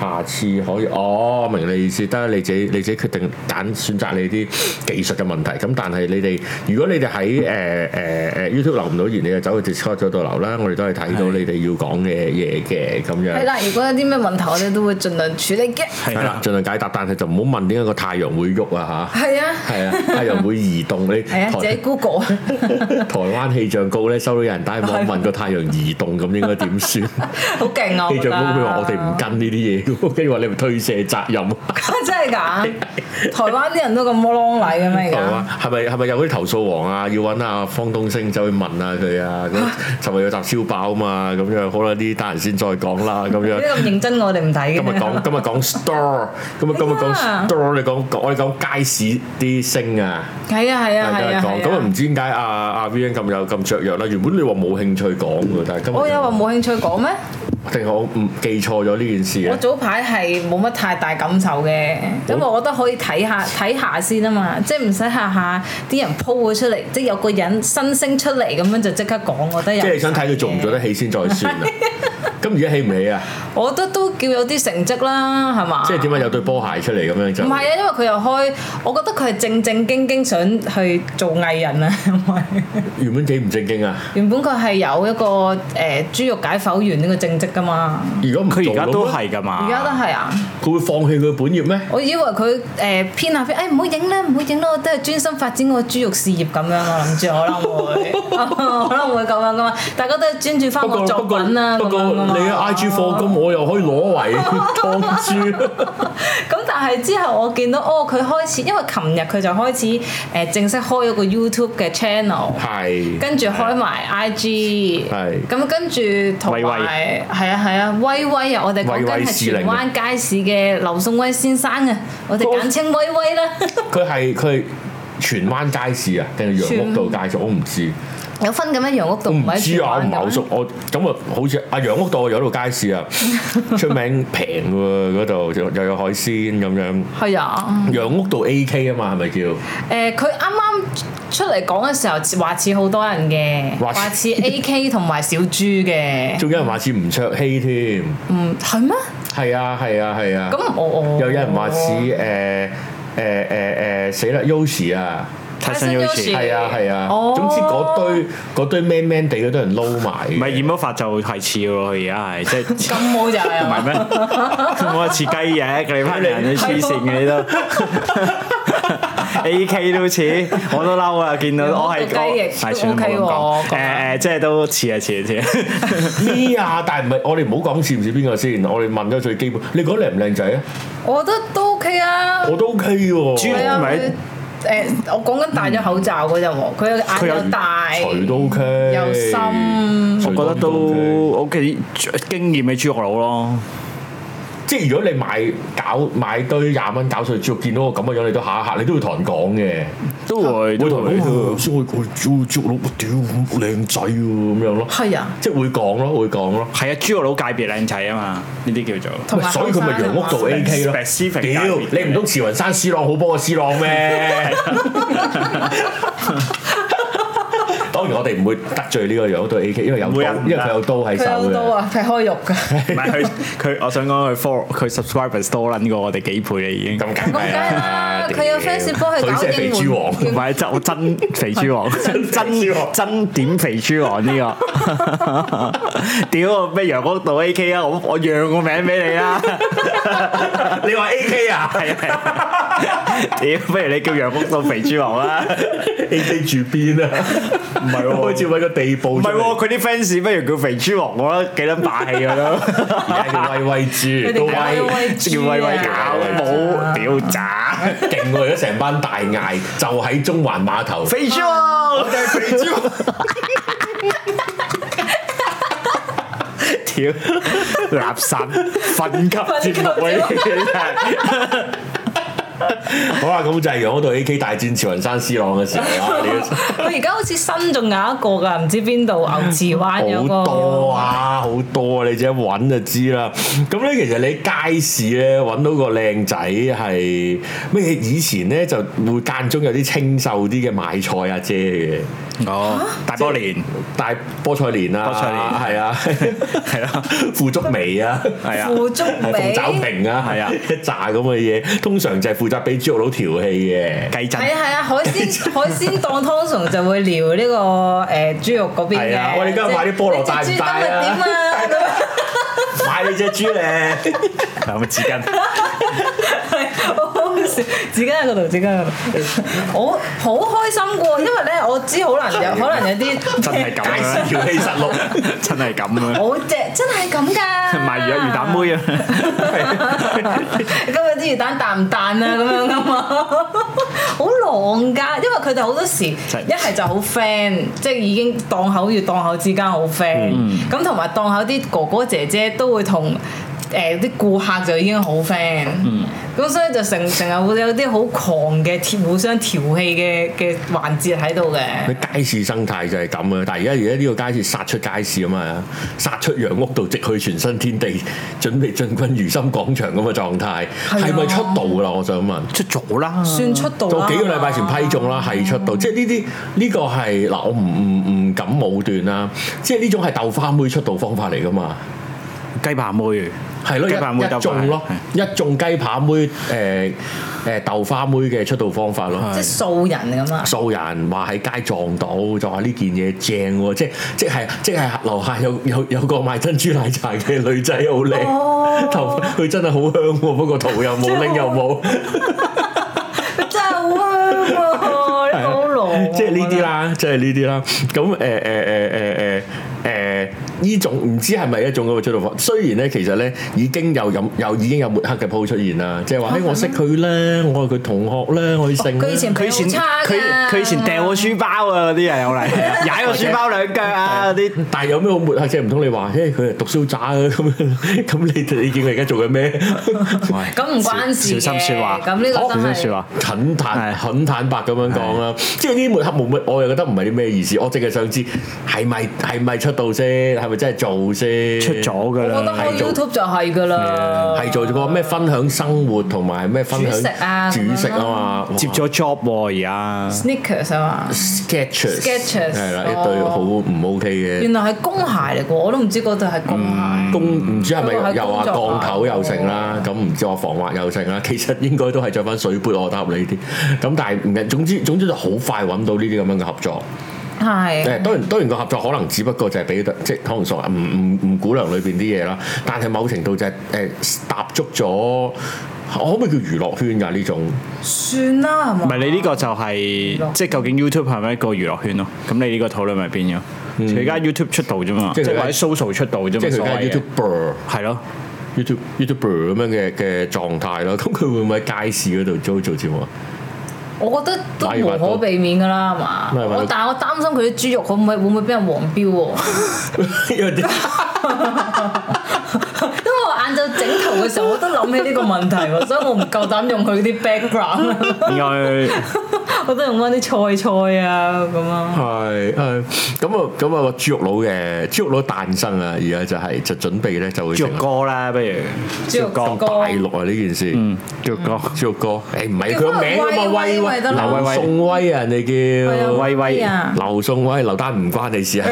[SPEAKER 1] 下次可以哦，明你意思，得你自己你自己決定揀選擇你啲技術嘅問題。咁但係你哋如果你哋喺誒誒誒 YouTube 留唔到言，你就走去 Discord 嗰度留啦。我哋都係睇到你哋要講嘅嘢嘅咁樣
[SPEAKER 3] 係。啦，如果有啲咩問題，我哋都會盡量處理嘅。
[SPEAKER 2] 係
[SPEAKER 1] 係啦
[SPEAKER 2] 啦，，
[SPEAKER 1] 盡量解答，但係就唔好問點解個太陽會喐啊嚇。
[SPEAKER 3] 係啊，
[SPEAKER 1] 係啊，太陽會移動你。
[SPEAKER 3] 係啊，
[SPEAKER 1] 台
[SPEAKER 3] 自己 Google 啊。
[SPEAKER 1] 台灣氣象局咧收到有人打網問個太陽移動咁應該 點算？
[SPEAKER 3] 好勁啊！
[SPEAKER 1] 氣象局佢話我哋唔
[SPEAKER 3] 得，
[SPEAKER 1] 跟呢啲 嘢嘅，跟住話你咪推卸責任。
[SPEAKER 3] 真係㗎！台灣啲人都咁摩啷禮嘅咩？而
[SPEAKER 1] 係
[SPEAKER 3] 家
[SPEAKER 1] 嘛？係咪係咪有嗰啲投訴王啊？要揾阿方東升走去問下 佢啊？咁尋日有集燒爆啊嘛，咁樣好啦，呢啲單人先再講啦，咁 樣
[SPEAKER 3] 呢。咁認真，我哋唔睇嘅。
[SPEAKER 1] 今日講今日講 store，今日今日講
[SPEAKER 3] 係啊
[SPEAKER 1] store，你講講我哋講街市啲星啊。
[SPEAKER 3] 係啊係啊
[SPEAKER 1] 大
[SPEAKER 3] 係
[SPEAKER 1] 家
[SPEAKER 3] 啊！
[SPEAKER 1] 講，咁啊唔知點解阿阿 Vian 咁有咁雀躍啦？原本你話冇興趣講嘅，但係今日
[SPEAKER 3] 我有話冇興趣講咩？
[SPEAKER 1] 定係我唔記錯咗呢件事
[SPEAKER 3] 我
[SPEAKER 1] 啊？
[SPEAKER 3] 早排係冇乜太大感受嘅，因為我覺得可以睇下睇下先啊嘛，即係唔使下下啲人 po 咗出嚟，即係有個人新星出嚟咁樣就即刻講，我覺得有。
[SPEAKER 1] 即係你想睇佢做唔做得起先再算啊！咁而家起唔起啊？
[SPEAKER 3] 我覺得都叫有啲成績啦，係嘛？
[SPEAKER 1] 即係點解有對波鞋出嚟咁樣就
[SPEAKER 3] 唔係啊，因為佢又開，我覺得佢係正正經經想去做藝人啊， 因為
[SPEAKER 1] 原本幾唔正經啊！
[SPEAKER 3] 原本佢係有一個誒、呃豬肉解剖員呢個正職噶嘛，
[SPEAKER 1] 如果唔做
[SPEAKER 2] 佢而家都
[SPEAKER 1] 咁
[SPEAKER 2] 係㗎嘛，
[SPEAKER 3] 而家都係啊！
[SPEAKER 1] 佢會放棄佢本業咩？
[SPEAKER 3] 我以為佢誒偏下偏，誒唔好影啦，唔好影啦，我都係專心發展我豬肉事業咁樣，我諗住我可能會， 我可能會咁樣噶嘛，大家都係專注翻
[SPEAKER 1] 不過
[SPEAKER 3] 我
[SPEAKER 1] 不
[SPEAKER 3] 作
[SPEAKER 1] 過
[SPEAKER 3] 品啦，
[SPEAKER 1] 不過
[SPEAKER 3] 咁樣㗎啊嘛哦
[SPEAKER 1] 你嘅 I G 課金，我又可以 攞為當豬。
[SPEAKER 3] 咁但係之後我見到哦，佢開始，因為琴日佢就開始誒、呃正式開咗個 YouTube 嘅 channel。
[SPEAKER 1] 係啊
[SPEAKER 3] 跟住開埋 IG，
[SPEAKER 1] 係
[SPEAKER 3] 咁跟住同
[SPEAKER 2] 威威
[SPEAKER 3] 埋係啊係啊，威威啊！我哋講
[SPEAKER 1] 威
[SPEAKER 3] 緊
[SPEAKER 1] 威
[SPEAKER 3] 係
[SPEAKER 1] 司令
[SPEAKER 3] 荃
[SPEAKER 1] 啊
[SPEAKER 3] 灣街市嘅劉宋威先生啊，我哋簡稱威威 啦。
[SPEAKER 1] 佢係佢係荃灣街市啊，定係楊屋道街市？我唔知，
[SPEAKER 3] 有分咁樣洋屋度
[SPEAKER 1] 我
[SPEAKER 3] 唔
[SPEAKER 1] 唔
[SPEAKER 3] 係
[SPEAKER 1] 知
[SPEAKER 3] 荃
[SPEAKER 1] 啊，我唔
[SPEAKER 3] 灣
[SPEAKER 1] 係好
[SPEAKER 3] 咁
[SPEAKER 1] 熟。我咁啊，好似啊楊屋道有一道 街市啊，出名平喎嗰度，又又有海鮮咁樣。
[SPEAKER 3] 係啊，
[SPEAKER 1] 楊屋道 A K 啊嘛，係咪叫？
[SPEAKER 3] 誒佢啱啱出嚟講嘅時候話似好多人嘅，
[SPEAKER 1] 話
[SPEAKER 3] 話似 AK 同埋小豬嘅，
[SPEAKER 1] 仲有人話似吳卓羲添，
[SPEAKER 3] 嗯係咩？
[SPEAKER 1] 係啊係啊係啊。
[SPEAKER 3] 咁哦我我
[SPEAKER 1] 又有人話似誒誒誒誒死啦 y o s i 啊！
[SPEAKER 2] 泰森優士
[SPEAKER 1] 係啊係啊，
[SPEAKER 3] 哦
[SPEAKER 1] 總之嗰堆嗰堆 man man 地嗰堆人撈埋嘅，
[SPEAKER 2] 唔係染咗髮就係似咯，佢而家係即係。
[SPEAKER 3] 咁冇就係
[SPEAKER 2] 唔
[SPEAKER 3] 啊
[SPEAKER 2] 係咩？佢冇得似雞翼，你班人你黐線嘅 你都 A K 都似，我都嬲啊！見到
[SPEAKER 3] 有冇
[SPEAKER 2] 我係
[SPEAKER 3] 個雞翼
[SPEAKER 2] 係算啦冇咁
[SPEAKER 3] 都 OK
[SPEAKER 2] 講
[SPEAKER 3] 喎咁啊
[SPEAKER 2] 誒誒，即係都似啊似啊似啊！
[SPEAKER 1] 咩啊？但係唔係我哋唔好講似唔似邊個先，我哋問咗最基本，你覺得靚唔靚仔啊？
[SPEAKER 3] 我覺得都 OK 啊。
[SPEAKER 1] 我都 OK
[SPEAKER 2] 豬
[SPEAKER 1] 喎，
[SPEAKER 3] 係啊，
[SPEAKER 2] 唔係
[SPEAKER 3] 佢誒，我講緊戴咗口罩嗰陣喎，佢
[SPEAKER 2] 佢
[SPEAKER 3] 眼
[SPEAKER 2] 有
[SPEAKER 3] 又大，
[SPEAKER 1] 除都 OK，
[SPEAKER 3] 又深
[SPEAKER 1] 除
[SPEAKER 2] 我覺得都 O K，經驗嘅豬肉佬咯，
[SPEAKER 1] 即係如果你買搞買堆廿蚊搞碎豬肉，見到我咁嘅樣，你都下一刻，你都會同人講嘅。
[SPEAKER 2] 都會
[SPEAKER 1] 會
[SPEAKER 2] 都
[SPEAKER 1] 同嗯哎
[SPEAKER 2] 會
[SPEAKER 1] 人。講，頭先我我豬豬肉佬，我屌好靚仔喎咁樣咯，
[SPEAKER 3] 係啊，
[SPEAKER 1] 即係會講咯，會講咯。
[SPEAKER 2] 係啊，豬肉佬界別靚仔啊嘛，呢啲 叫做。
[SPEAKER 3] 同埋
[SPEAKER 1] 所以佢咪洋屋道
[SPEAKER 3] 後生啊嘛
[SPEAKER 1] A K 咯
[SPEAKER 2] Specific，
[SPEAKER 1] 屌，你唔通慈雲山斯朗好幫我斯朗 咩？當然我哋唔會得罪呢個洋屋道 A K，因為有
[SPEAKER 2] 唔
[SPEAKER 1] 刀，
[SPEAKER 2] 會啊
[SPEAKER 1] 因為佢有刀喺手
[SPEAKER 3] 佢有刀
[SPEAKER 1] 嘅。
[SPEAKER 3] 啊，劈開肉㗎。
[SPEAKER 2] 唔係佢佢，我想講佢 follow 佢 subscribers 多撚過我哋幾倍啦已經。
[SPEAKER 1] 咁梗
[SPEAKER 3] 梗係啦佢有 fans 幫佢搞
[SPEAKER 1] 佢先係肥豬王。
[SPEAKER 2] 唔係真真肥豬王， 真真真點肥豬王呢個？ 屌咩陽光道 A K 啊！我我讓個名俾你啦，
[SPEAKER 1] 你話 A K 啊
[SPEAKER 2] 係係。屌，不如你叫陽光道肥豬王啦。
[SPEAKER 1] ？A K 住邊啊？唔係
[SPEAKER 2] 喎
[SPEAKER 1] 開始揾個地步
[SPEAKER 2] 唔
[SPEAKER 1] 出
[SPEAKER 2] 係
[SPEAKER 1] 嚟。
[SPEAKER 2] 喎，佢啲 fans 不如叫肥豬王，我覺得幾撚霸氣㗎都。
[SPEAKER 1] 而家叫威威豬，
[SPEAKER 3] 佢
[SPEAKER 1] 都
[SPEAKER 3] 哋
[SPEAKER 1] 威
[SPEAKER 3] 搞威威啊
[SPEAKER 2] 叫威威搞 冇屌渣，
[SPEAKER 1] 勁喎！而家成班大嗌，就喺中環碼頭。
[SPEAKER 2] 肥豬王，
[SPEAKER 1] 就係肥豬王，
[SPEAKER 2] 屌垃圾瞓級節目嚟嘅。
[SPEAKER 1] 好啊啦，咁就係用嗰度 A K 大戰慈雲山 C 朗嘅時候啊！你都
[SPEAKER 3] 佢而家好似新仲有一個㗎，唔知邊度牛池灣有個
[SPEAKER 1] 好多啊，好多啊！你自己揾就知啦。咁咧，其實你街市咧揾到個靚仔係咩？以前咧就會間中有啲清秀啲嘅賣菜阿姐嘅，
[SPEAKER 2] 哦，大波年。
[SPEAKER 1] 大菠菜蓮啊，
[SPEAKER 2] 菠菜蓮
[SPEAKER 1] 係啊，
[SPEAKER 2] 係啦，
[SPEAKER 1] 腐竹味啊。
[SPEAKER 2] 係啊，
[SPEAKER 3] 腐竹
[SPEAKER 1] 鳳
[SPEAKER 3] 尾，
[SPEAKER 1] 爪平啊，
[SPEAKER 2] 係啊
[SPEAKER 1] 一紮咁嘅嘢，通常就係負責俾豬肉佬調戲 嘅。
[SPEAKER 2] 雞
[SPEAKER 3] 係
[SPEAKER 2] 胗
[SPEAKER 3] 啊係啊，海 鮮海鮮檔湯崇就會聊呢個誒豬肉嗰邊
[SPEAKER 1] 係啊
[SPEAKER 3] 嘅。
[SPEAKER 1] 我哋今日買啲菠蘿帶唔帶啊
[SPEAKER 3] 即係豬今日點啊？咁樣
[SPEAKER 1] 買你只豬咧，
[SPEAKER 2] 有冇啊紙巾？
[SPEAKER 3] 好好笑， 自己喺嗰度，自己喺嗰度，我好開心嘅喎，因為咧我知好難 有，可能有啲
[SPEAKER 2] 真 係咁
[SPEAKER 1] 街
[SPEAKER 2] 樣
[SPEAKER 1] 市調戲實錄。
[SPEAKER 2] 真係咁啊！
[SPEAKER 3] 好隻 真係咁㗎，
[SPEAKER 2] 賣魚啊魚蛋妹啊！
[SPEAKER 3] 今日啲魚蛋彈唔彈啊咁樣噶 嘛，好狼㗎，因為佢哋好多時一
[SPEAKER 2] 真係
[SPEAKER 3] 係就好 friend，即係已經檔口與檔口之間好 friend，咁
[SPEAKER 2] 嗯
[SPEAKER 3] 同埋檔口啲哥哥姐姐都會同。誒啲顧客就已經好 friend，咁、
[SPEAKER 2] 嗯
[SPEAKER 3] 所以就成成日會有啲好狂嘅調互相調戲嘅嘅環節喺度嘅，
[SPEAKER 1] 佢街市生態就係咁啊！但係而家而家呢個街市殺出街市啊嘛，殺出洋屋道，直去全新天地，準備進軍如心廣場咁嘅狀態，
[SPEAKER 3] 係啊
[SPEAKER 1] 係咪出道㗎啦？我想問。
[SPEAKER 2] 出咗啦，
[SPEAKER 3] 算出道啊嗯
[SPEAKER 1] 就
[SPEAKER 3] 啦。
[SPEAKER 1] 幾個禮拜前批中啦，係出道，即係呢啲呢個係嗱，我唔唔唔敢武斷啦，即係呢種係豆花妹出道方法嚟㗎嘛。
[SPEAKER 2] 雞扒妹，
[SPEAKER 1] 係咯，
[SPEAKER 2] 雞扒妹
[SPEAKER 1] 一一眾咯，一眾雞扒妹誒誒豆花妹嘅出道方法咯。
[SPEAKER 3] 即係素人咁 啊！
[SPEAKER 1] 素人話喺街撞到，就話呢件嘢正喎，即即係即係樓下有有有個賣珍珠奶茶嘅女仔好
[SPEAKER 3] 哦
[SPEAKER 1] 靚，頭髮佢真係好香喎，不過圖又冇拎又冇，
[SPEAKER 3] 真係好啊香喎，呢個 好濃。
[SPEAKER 1] 即係呢啲。啦，即係呢啲啦。咁誒誒誒誒誒誒，呢種唔知係咪一種嗰個出道方？雖然咧，其實咧已經有有有已經有抹黑嘅鋪出現啦，即係話誒哎我識佢咧，我係佢同學咧，我去姓呢。
[SPEAKER 3] 哦佢以前
[SPEAKER 2] 佢以前佢佢以前掉我書包啊嗰啲人有嚟，踩我書包兩腳啊嗰啲。
[SPEAKER 1] 但係有咩好抹黑啫？唔通你話，誒佢係讀書渣啊咁樣？ 咁你你見佢而家做緊 咩？
[SPEAKER 3] 咁唔關事嘅
[SPEAKER 2] 小心説話，
[SPEAKER 3] 咁呢個
[SPEAKER 2] 好
[SPEAKER 3] 真係
[SPEAKER 2] 小心説話。
[SPEAKER 1] 很坦
[SPEAKER 2] 啊係
[SPEAKER 1] 很坦白咁樣講啦，即係呢啲抹黑冇乜，我又覺得唔係啲咩意思。我淨係想知係咪係咪出道先，係咪真係做先？
[SPEAKER 2] 出咗噶
[SPEAKER 3] 我覺得
[SPEAKER 2] 啦，
[SPEAKER 3] 我 YouTube 就係㗎啦，
[SPEAKER 2] 啊
[SPEAKER 1] 係做咗個咩分享生活同埋咩分享
[SPEAKER 3] 煮食啊
[SPEAKER 1] 煮食啊嘛，
[SPEAKER 2] 接咗 job 喎而家。
[SPEAKER 3] sneakers 啊嘛，
[SPEAKER 1] sketches
[SPEAKER 3] Skechers，
[SPEAKER 1] 係啦，一對
[SPEAKER 3] 哦
[SPEAKER 1] 好唔 OK 嘅
[SPEAKER 3] 原來係工鞋嚟㗎，我都唔知嗰對係工
[SPEAKER 2] 嗯
[SPEAKER 3] 鞋。
[SPEAKER 1] 工，唔知係咪
[SPEAKER 3] 嗰個係
[SPEAKER 1] 又話
[SPEAKER 3] 工作
[SPEAKER 1] 鋼頭又成啦
[SPEAKER 3] 啊。
[SPEAKER 1] 咁唔知我防滑又成啦，其 實應該都係着翻水杯，我覺得合理啲。咁但係唔緊，總之總之就好快揾到呢啲咁樣嘅合作。誒
[SPEAKER 3] 係，
[SPEAKER 1] 當然當然個合作可能只不過就係俾得即係可能所謂唔唔唔估量裏邊啲嘢啦，但係某程度就係誒踏足咗，我可唔可以叫娛樂圈㗎呢種？
[SPEAKER 3] 算啦，係嘛？
[SPEAKER 2] 唔係你呢個就係即係究竟 YouTube 係咪一個娛樂圈咯？咁你呢個討論咪變咗？佢而家 YouTube 出道啫嘛，
[SPEAKER 1] 即
[SPEAKER 2] 即
[SPEAKER 1] 係佢
[SPEAKER 2] 係或者
[SPEAKER 1] 而
[SPEAKER 2] social 出道啫嘛，
[SPEAKER 1] 即係佢
[SPEAKER 2] 所
[SPEAKER 1] 而家
[SPEAKER 2] 謂嘅
[SPEAKER 1] YouTuber。
[SPEAKER 2] 係咯。
[SPEAKER 1] YouTube YouTuber 咁樣嘅嘅狀態咯，咁佢會唔會喺街市嗰度租做節目啊？
[SPEAKER 3] 我覺得都無可避免㗎啦，係嘛？
[SPEAKER 1] 咪咪
[SPEAKER 3] 我但係我擔心佢啲豬肉可唔可以會唔會俾人黃標喎？
[SPEAKER 1] 因為啲
[SPEAKER 3] 因為我晏晝整圖嘅時候，我都諗起呢個問題喎，所以我唔夠膽用佢啲 background，
[SPEAKER 2] 應該
[SPEAKER 3] 我都用翻啲菜菜啊咁啊。
[SPEAKER 1] 係係咁啊咁啊個豬肉佬嘅豬肉佬誕生啊！而家就係就準備咧就會
[SPEAKER 2] 豬
[SPEAKER 1] 成
[SPEAKER 2] 肉
[SPEAKER 1] 立
[SPEAKER 2] 哥啦，不如
[SPEAKER 3] 豬肉
[SPEAKER 1] 咁
[SPEAKER 3] 哥
[SPEAKER 1] 大陸啊呢件事。
[SPEAKER 2] 豬肉哥
[SPEAKER 1] 豬肉哥，誒唔係佢個名啊嘛，
[SPEAKER 3] 威
[SPEAKER 1] 威
[SPEAKER 3] 威
[SPEAKER 1] 威，
[SPEAKER 3] 得啦
[SPEAKER 1] 劉宋威啊，人
[SPEAKER 3] 係啊
[SPEAKER 1] 哋
[SPEAKER 2] 威威
[SPEAKER 3] 啊！
[SPEAKER 1] 叫劉宋威，劉丹唔關你 事啊，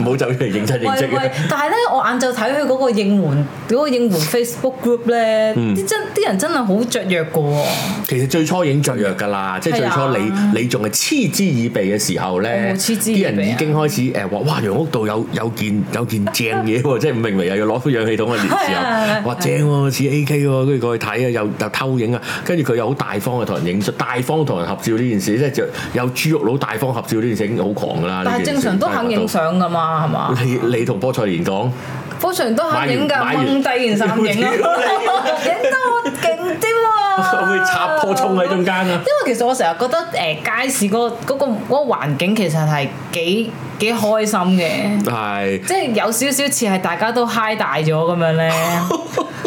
[SPEAKER 1] 唔好走出嚟認啊真
[SPEAKER 3] 喂
[SPEAKER 1] 認識
[SPEAKER 3] 喂，但係咧，我晏晝睇佢嗰個應援嗰個應援 Facebook group 咧，
[SPEAKER 1] 嗯
[SPEAKER 3] 啲真啲人真係好雀躍嘅喎。
[SPEAKER 1] 其實最初已經著藥㗎啦，即係最初
[SPEAKER 3] 係
[SPEAKER 1] 你
[SPEAKER 3] 啊
[SPEAKER 1] 你仲係嗤之以鼻嘅時候
[SPEAKER 3] 我
[SPEAKER 1] 咧，
[SPEAKER 3] 冇嗤之以
[SPEAKER 1] 啲
[SPEAKER 3] 鼻啊
[SPEAKER 1] 人已經開始誒話哇楊屋道有有件有件正 嘢喎，即係明明又要攞副氧氣筒嘅時
[SPEAKER 3] 係啊係啊
[SPEAKER 1] 候，話正喎似 A K 喎，跟住過去睇啊，又又偷影啊，跟住佢又好大方嘅同人影相，大方同人合照呢件事，即係就有豬肉佬大方合照呢件事已經好狂㗎啦。
[SPEAKER 3] 但
[SPEAKER 1] 呢
[SPEAKER 3] 係
[SPEAKER 1] 件
[SPEAKER 3] 正常
[SPEAKER 1] 事
[SPEAKER 3] 都肯影。相㗎嘛，係嘛？
[SPEAKER 1] 你你同菠菜連講，
[SPEAKER 3] 通常都肯影㗎，
[SPEAKER 1] 買完
[SPEAKER 3] 掹低件衫 影啊，影得我勁啲
[SPEAKER 1] 可唔可以
[SPEAKER 3] 喎。
[SPEAKER 1] 插棵葱喺中間啊？
[SPEAKER 3] 因為其實我成日覺得誒、街市嗰、個嗰、個嗰個環境其實係幾幾開心嘅，
[SPEAKER 1] 係。
[SPEAKER 3] 即係有少少似係大家都嗨大咗咁樣 咧。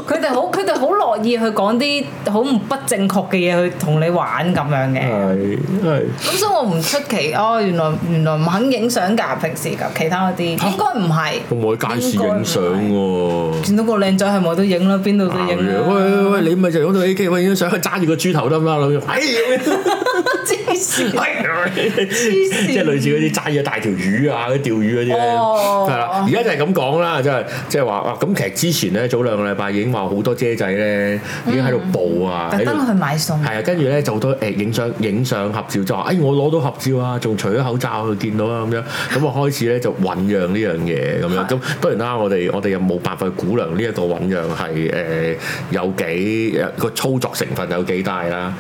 [SPEAKER 3] 佢哋好佢哋好樂意去講啲好唔不正確嘅嘢去同你玩咁樣嘅。
[SPEAKER 1] 係係
[SPEAKER 3] 咁所以我唔出奇哦，原來原來唔肯影相㗎，平時㗎其他嗰啲應該唔係。
[SPEAKER 1] 我冇喺街市影相
[SPEAKER 3] 應
[SPEAKER 1] 喎。
[SPEAKER 3] 見到個靚仔係咪都影啦？邊度都影啦。
[SPEAKER 1] 啊喂喂喂，你咪就用到 A K，喂，影相揸住個豬頭得唔得啊？諗住，哎
[SPEAKER 3] 黐線！
[SPEAKER 1] 啊咁樣，
[SPEAKER 3] 線
[SPEAKER 1] 即係類似嗰啲揸住大條魚啊，嗰啲釣魚嗰啲咧，
[SPEAKER 3] 哦
[SPEAKER 1] 係啦。而家就係咁講啦，即係即係話啊，咁其實之前咧，早兩個禮拜已經話好多姐仔咧，已經喺度報啊，
[SPEAKER 3] 特
[SPEAKER 1] 喺度
[SPEAKER 3] 登去買餸。
[SPEAKER 1] 係啊，跟住咧就好多誒影相影相合照，就話誒我攞到合照啊，仲除咗口罩佢見到啊咁樣，咁我開始咧就醖釀呢樣嘢咁樣，咁當然啦，我哋我哋又冇辦法去估量呢一個醖釀係誒有幾誒個操作成分有幾大啦。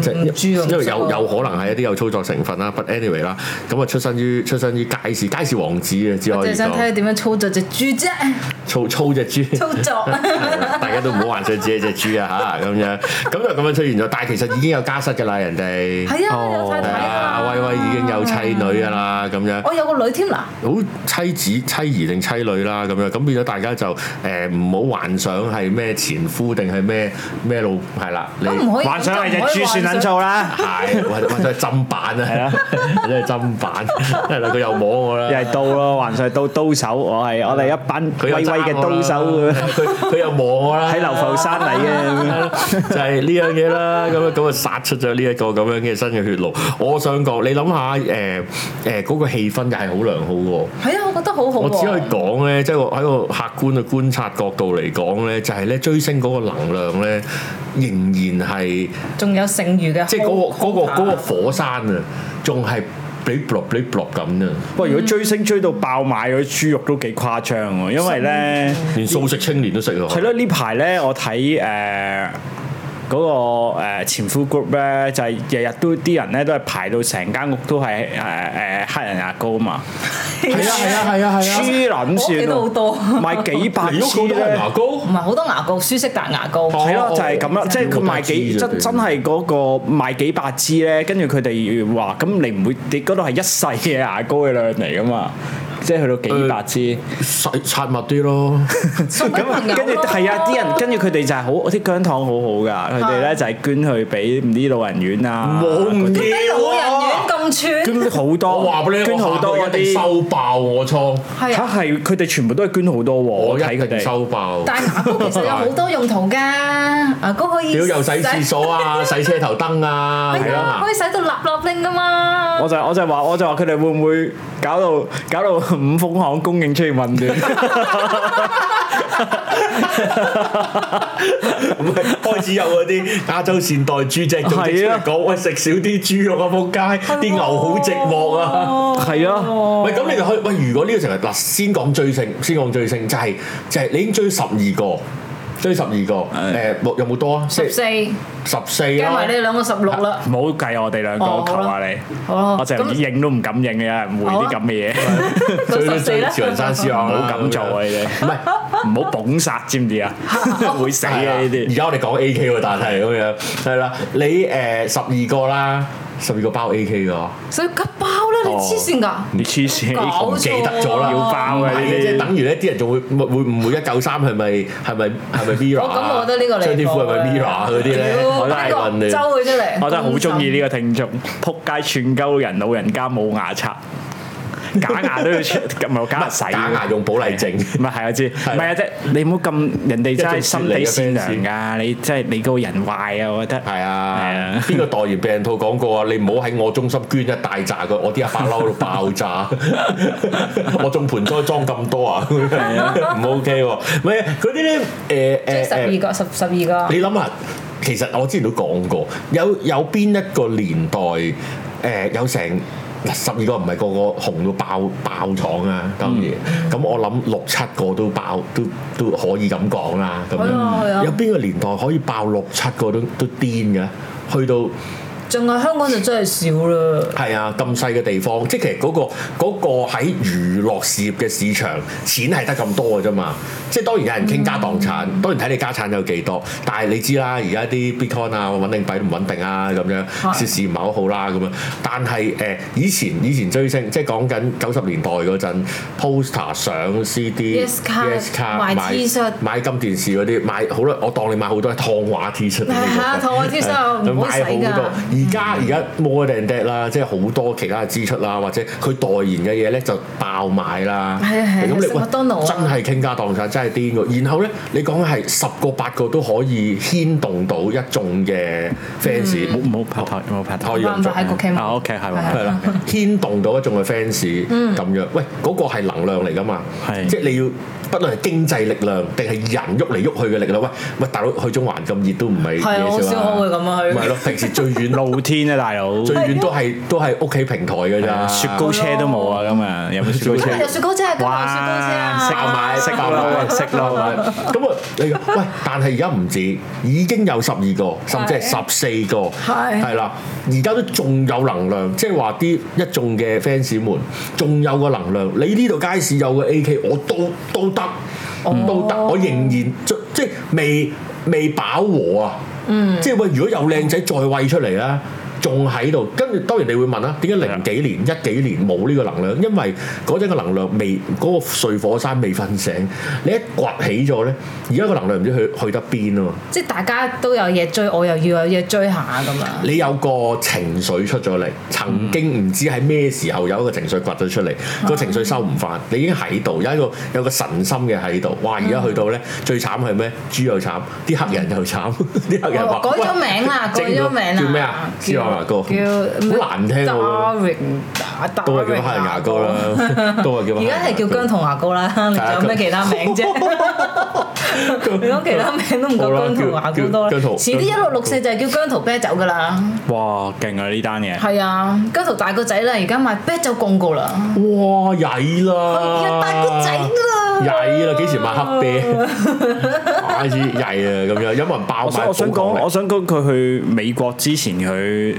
[SPEAKER 1] 即
[SPEAKER 3] 唔知啊
[SPEAKER 1] 係
[SPEAKER 3] 唔
[SPEAKER 1] 因為有
[SPEAKER 3] 識啊
[SPEAKER 1] 有可能係一啲有操作成分啦，but anyway 啦，咁啊出身於出身於街市街市王子嘅，只
[SPEAKER 3] 我
[SPEAKER 1] 可
[SPEAKER 3] 就
[SPEAKER 1] 以
[SPEAKER 3] 係想睇
[SPEAKER 1] 講
[SPEAKER 3] 你點樣操作隻豬啫，
[SPEAKER 1] 操操隻豬。
[SPEAKER 3] 操 作。
[SPEAKER 1] 係啦大家都唔好幻想自己隻豬啊嚇咁樣，咁就咁樣出現咗。但係其實已經有家室㗎啦，人哋
[SPEAKER 3] 係啊，
[SPEAKER 2] 哦
[SPEAKER 3] 有太
[SPEAKER 1] 係
[SPEAKER 3] 太
[SPEAKER 1] 啊，
[SPEAKER 3] 啊，
[SPEAKER 1] 阿威威已經有妻女㗎啦，咁樣
[SPEAKER 3] 我有個女添嗱，
[SPEAKER 1] 好妻子、妻兒定妻女啦，咁樣咁變咗大家就誒唔好幻想係咩前夫定係咩咩老係啦，你
[SPEAKER 3] 哎我唔可以
[SPEAKER 2] 幻想係隻豬算撚做啦，
[SPEAKER 1] 係，或者或者係砧板啊，或者係砧板，係啦，佢又摸我啦
[SPEAKER 2] 又。係刀咯，還上刀刀手，我係我哋一班
[SPEAKER 1] 佢
[SPEAKER 2] 威
[SPEAKER 1] 又
[SPEAKER 2] 威
[SPEAKER 1] 揸
[SPEAKER 2] 嘅
[SPEAKER 1] 我啦
[SPEAKER 2] 刀手
[SPEAKER 1] 佢佢又摸我啦，
[SPEAKER 2] 喺流浮山嚟嘅，
[SPEAKER 1] 就係呢樣嘢啦，咁樣咁啊殺出咗呢一個咁樣嘅新嘅血路。我想講，你諗下誒誒嗰個氣氛又係好良好喎。
[SPEAKER 3] 係啊，我覺得好好
[SPEAKER 1] 我只可以
[SPEAKER 3] 喎。
[SPEAKER 1] 講咧，即係我喺個客觀嘅觀察角度嚟講咧，就係咧追星嗰個能量咧，仍然係
[SPEAKER 3] 仲有剩餘嘅，
[SPEAKER 1] 即係嗰個嗰個嗰個火山啊，仲係 bl bl bl bl 咁啊，
[SPEAKER 2] 喂，如果追星追到爆買嗰啲豬肉都幾誇張喎，因為咧。
[SPEAKER 1] 連素食青年都食啊。
[SPEAKER 2] 係咯，呢排咧我睇誒呃嗰個、呃、前夫 group 咧，就係日日都啲人咧都係排到成間屋都係誒誒黑人牙膏嘛，
[SPEAKER 1] 係啊係啊係啊係啊！
[SPEAKER 2] 黐撚
[SPEAKER 3] 我屋企
[SPEAKER 2] 線
[SPEAKER 3] 都好多
[SPEAKER 2] 喎賣幾百
[SPEAKER 1] 你屋
[SPEAKER 2] 支
[SPEAKER 1] 企都係
[SPEAKER 2] 咧
[SPEAKER 1] 牙。膏
[SPEAKER 3] 唔。係好多牙膏，舒適達牙膏。
[SPEAKER 1] 哦
[SPEAKER 2] 係咯，就係咁啦，即係佢賣幾
[SPEAKER 1] 我都
[SPEAKER 2] 真
[SPEAKER 1] 係知
[SPEAKER 2] 真係嗰個賣幾百支咧，跟住佢哋話咁你唔會，你嗰度係一世嘅牙膏嘅量嚟噶嘛，即係去到
[SPEAKER 1] 呃
[SPEAKER 2] 幾百支。
[SPEAKER 1] 細擦密啲咯，
[SPEAKER 2] 咁啊，跟住係啊，啲人跟住佢哋就係好啲薑糖好好噶，佢哋咧就係捐去俾唔知老人院啊，
[SPEAKER 1] 冇
[SPEAKER 3] 啲老人院
[SPEAKER 1] 嘢
[SPEAKER 3] 咁串，
[SPEAKER 2] 捐好多，
[SPEAKER 1] 我話俾你聽，
[SPEAKER 2] 捐好多
[SPEAKER 1] 我
[SPEAKER 2] 嗰
[SPEAKER 1] 下個月一定
[SPEAKER 2] 啲
[SPEAKER 1] 收爆我倉，
[SPEAKER 3] 係
[SPEAKER 2] 嚇
[SPEAKER 3] 啊，
[SPEAKER 2] 係佢哋全部都係捐好多喎，
[SPEAKER 1] 我
[SPEAKER 2] 我睇
[SPEAKER 1] 一
[SPEAKER 2] 佢
[SPEAKER 1] 定
[SPEAKER 2] 哋。
[SPEAKER 1] 收爆。
[SPEAKER 3] 但係牙膏其實有好多用途㗎，牙膏可以
[SPEAKER 1] 屌又洗廁所啊，洗車頭燈啊，係
[SPEAKER 3] 係啊，
[SPEAKER 1] 啊
[SPEAKER 3] 可以洗到立立拎㗎嘛。
[SPEAKER 2] 我就我就話我就話佢哋會唔會搞到搞到五豐行供應出現混亂？
[SPEAKER 1] 唔係開始有嗰啲亞洲善待豬隻組織出
[SPEAKER 2] 係啊
[SPEAKER 1] 嚟講，喂食少啲豬肉啊，仆街，啲牛好寂寞啊。
[SPEAKER 3] 哦
[SPEAKER 2] 係啊，
[SPEAKER 1] 喂，咁你就可以喂，如果呢個成日嗱，先講追星，先講追星，就係就係你已經追十二個，追十二個，誒冇有冇多啊？
[SPEAKER 3] 十
[SPEAKER 1] 即係
[SPEAKER 3] 四
[SPEAKER 1] 十四
[SPEAKER 3] 加
[SPEAKER 1] 啦
[SPEAKER 3] 埋。你兩個十六啦。
[SPEAKER 2] 唔好計我哋兩
[SPEAKER 3] 哦
[SPEAKER 2] 個，
[SPEAKER 3] 好
[SPEAKER 2] 求
[SPEAKER 3] 啦
[SPEAKER 2] 下你。
[SPEAKER 3] 好啦
[SPEAKER 2] 我就
[SPEAKER 3] 咁
[SPEAKER 2] 應都唔敢應嘅，有人回啲咁嘅嘢，
[SPEAKER 1] 追
[SPEAKER 3] 咁
[SPEAKER 1] 都
[SPEAKER 3] 十四
[SPEAKER 1] 追
[SPEAKER 3] 啦
[SPEAKER 1] 潮人山絲
[SPEAKER 2] 唔
[SPEAKER 1] 啊，
[SPEAKER 2] 好咁做啊！你哋
[SPEAKER 1] 唔係。
[SPEAKER 2] 唔好捧殺，知唔知啊？會死
[SPEAKER 1] 係啦
[SPEAKER 2] 嘅呢啲
[SPEAKER 1] 而。家我哋講 A K 喎，但係咁樣係啦，你誒十二個啦，十二個包 A K 㗎，
[SPEAKER 3] 所以急爆啦！你黐線㗎，
[SPEAKER 2] 你黐線，
[SPEAKER 3] 搞
[SPEAKER 2] 呢個
[SPEAKER 1] 唔
[SPEAKER 3] 錯
[SPEAKER 1] 記得咗啦，
[SPEAKER 3] 啊
[SPEAKER 2] 要爆啊呢
[SPEAKER 1] 係
[SPEAKER 2] 啲
[SPEAKER 1] 即係等於咧，啲人仲會會會唔會一九三係咪係咪係咪 Mira？
[SPEAKER 3] 我哦咁我覺得呢個離譜啊
[SPEAKER 1] 張天賦係咪 Mira 嗰啲咧？
[SPEAKER 3] 屌
[SPEAKER 1] 我拉
[SPEAKER 3] 邊
[SPEAKER 1] 運
[SPEAKER 3] 個
[SPEAKER 1] 你
[SPEAKER 3] 周。佢出嚟，
[SPEAKER 2] 我真係好中意呢個聽眾，撲街串鳩人，老人家冇牙刷，假牙都要出， 唔係假牙洗，
[SPEAKER 1] 假牙用保麗淨，
[SPEAKER 2] 唔係係我知，唔係啊，即係你唔好咁，人哋真係心地善良㗎，你真係你個人壞啊，我覺得。
[SPEAKER 1] 係
[SPEAKER 2] 係
[SPEAKER 1] 啊
[SPEAKER 2] 啊，
[SPEAKER 1] 邊個代言病人套廣告啊？你唔好喺我中心捐一大扎佢，我啲阿伯嬲到爆 炸，我種盆栽裝咁多啊，唔 OK 喎。唔係嗰啲咧，
[SPEAKER 3] 即係
[SPEAKER 1] 誒
[SPEAKER 3] 十
[SPEAKER 1] 誒
[SPEAKER 3] 二
[SPEAKER 1] 誒，
[SPEAKER 3] 個十十二個，
[SPEAKER 1] 你諗下，其實我之前都講過，有有邊一個年代誒、有成嗱十二個唔係個個紅到爆爆廠啊，當然
[SPEAKER 3] 嗯
[SPEAKER 1] 咁、我諗六七個都爆都都可以咁講啦，咁樣
[SPEAKER 3] 係啊係啊
[SPEAKER 1] 有邊個年代可以爆六七個都都癲嘅？去到
[SPEAKER 3] 仲係香港就真係少啦。
[SPEAKER 1] 係啊咁細嘅地方，即係其實嗰、個嗰、個喺娛樂事業嘅市場，錢係得咁多嘅啫嘛。即係當然有人傾家蕩產，
[SPEAKER 3] 嗯
[SPEAKER 1] 當然睇你家產有幾多。但係你知啦，而家啲 Bitcoin 啊穩定幣都唔穩定啊咁樣，
[SPEAKER 3] 係
[SPEAKER 1] 市市唔係好好啦咁樣。但係誒、以前以前追星，即係講緊九十年代嗰陣，poster 相 CD、
[SPEAKER 3] Yes 卡
[SPEAKER 1] Yes 卡
[SPEAKER 3] 買
[SPEAKER 1] 買
[SPEAKER 3] T-shirt
[SPEAKER 1] 買金電視嗰啲買好啦，我當你買好多係燙畫 T-shirt 呢
[SPEAKER 3] 係啊
[SPEAKER 1] 個
[SPEAKER 3] 燙畫 T-shirt，唔好
[SPEAKER 1] 買
[SPEAKER 3] 洗㗎
[SPEAKER 1] 多。而家而家 more than that 啦，即係好多其他嘅支出啦，或者佢代言嘅嘢咧就爆買啦。
[SPEAKER 3] 係啊係啊
[SPEAKER 1] 咁你
[SPEAKER 3] 食麥當勞啊
[SPEAKER 1] 真係傾家蕩產，真係癲㗎。然後咧，你講係十個八個都可以牽動到一眾嘅
[SPEAKER 3] 嗯
[SPEAKER 1] fans，冇
[SPEAKER 2] 唔好拍台，唔好拍台。
[SPEAKER 1] 可以用
[SPEAKER 3] 啱
[SPEAKER 1] 作
[SPEAKER 3] 啊，喺個 cam
[SPEAKER 2] 啊，OK，係
[SPEAKER 3] 係
[SPEAKER 2] 喎。
[SPEAKER 1] 係 啦，牽動到一眾嘅 fans
[SPEAKER 3] 嗯
[SPEAKER 1] 咁樣。喂，嗰個係能量嚟㗎嘛？
[SPEAKER 2] 係
[SPEAKER 1] 即係你要，不論係經濟力量定係人喐嚟喐去嘅力量。喂喂，大佬去中環咁熱都唔係
[SPEAKER 3] 係啊，
[SPEAKER 1] 嘢
[SPEAKER 3] 好
[SPEAKER 1] 少
[SPEAKER 3] 少
[SPEAKER 1] 啦
[SPEAKER 3] 可會咁樣
[SPEAKER 1] 唔係
[SPEAKER 3] 去。
[SPEAKER 1] 咯，平時最遠路。
[SPEAKER 2] 露天啊，大佬，
[SPEAKER 1] 最遠都係都係屋企平台嘅咋，
[SPEAKER 2] 啊雪糕車都冇啊，今日有冇雪糕
[SPEAKER 3] 今日有
[SPEAKER 2] 車？
[SPEAKER 3] 雪糕車，今日有雪糕車
[SPEAKER 2] 哇食
[SPEAKER 1] 爆
[SPEAKER 3] 啊！
[SPEAKER 1] 買
[SPEAKER 2] 食
[SPEAKER 1] 爆買
[SPEAKER 2] 咯食咯
[SPEAKER 1] 咁啊，你話喂，但係而家唔止，已經有十二個，甚至係十四個，
[SPEAKER 3] 係
[SPEAKER 1] 係啦，而家都仲有能量，即係話啲一眾嘅 fans 們仲有個能量。你呢度街市有個 AK，我都都得，都得，我仍然即即係未未飽和啊！即係喂，如果有靚仔再喂出嚟啦，仲喺度。跟住當然你會問啦，點解零幾年、一幾年冇呢個能量？因為嗰陣嘅能量未嗰、個睡火山未瞓醒，你一掘起咗咧，而家個能量唔知去去得邊啊嘛。
[SPEAKER 3] 即係大家都有嘢追，我又要有嘢追下咁啊！
[SPEAKER 1] 你有個情緒出咗嚟，曾經唔知喺咩時候有一個情緒掘咗出嚟，個情緒收唔翻，你已經喺度，有一個有個神心嘅喺度。哇！而家去到咧，
[SPEAKER 3] 嗯
[SPEAKER 1] 最慘係咩？豬又慘，啲黑人又慘， 啲黑人話
[SPEAKER 3] 哦改咗名啦，改
[SPEAKER 1] 喂
[SPEAKER 3] 咗名啦，
[SPEAKER 1] 整咗叫咩啊？
[SPEAKER 3] 叫
[SPEAKER 1] 芝麻牙膏，
[SPEAKER 3] 叫
[SPEAKER 1] 好難聽喎
[SPEAKER 3] Darwin，
[SPEAKER 1] 都係叫黑人牙膏。啦，都係叫黑
[SPEAKER 3] 而
[SPEAKER 1] 人牙膏。啊
[SPEAKER 3] 家係叫姜同牙膏啦，你仲有咩其他名 啫？你講其他名都唔
[SPEAKER 1] 好啦
[SPEAKER 3] 夠姜同牙膏多啦。
[SPEAKER 1] 叫叫姜
[SPEAKER 3] 遲
[SPEAKER 1] 濤
[SPEAKER 3] 啲一六六四就係叫姜濤啤酒噶啦。
[SPEAKER 2] 哇，勁啊呢單嘢！
[SPEAKER 3] 係啊，姜濤大個仔啦，而家賣啤酒廣告啦。
[SPEAKER 1] 哇！曳啦，
[SPEAKER 3] 要大個仔啦
[SPEAKER 1] 曳啦，幾時買黑啤？ 開始曳啊咁樣，有冇人爆
[SPEAKER 2] 我
[SPEAKER 1] 買
[SPEAKER 2] 想我想
[SPEAKER 1] 瘋
[SPEAKER 2] 講，
[SPEAKER 1] 狂力
[SPEAKER 2] 我想講佢去美國之前，佢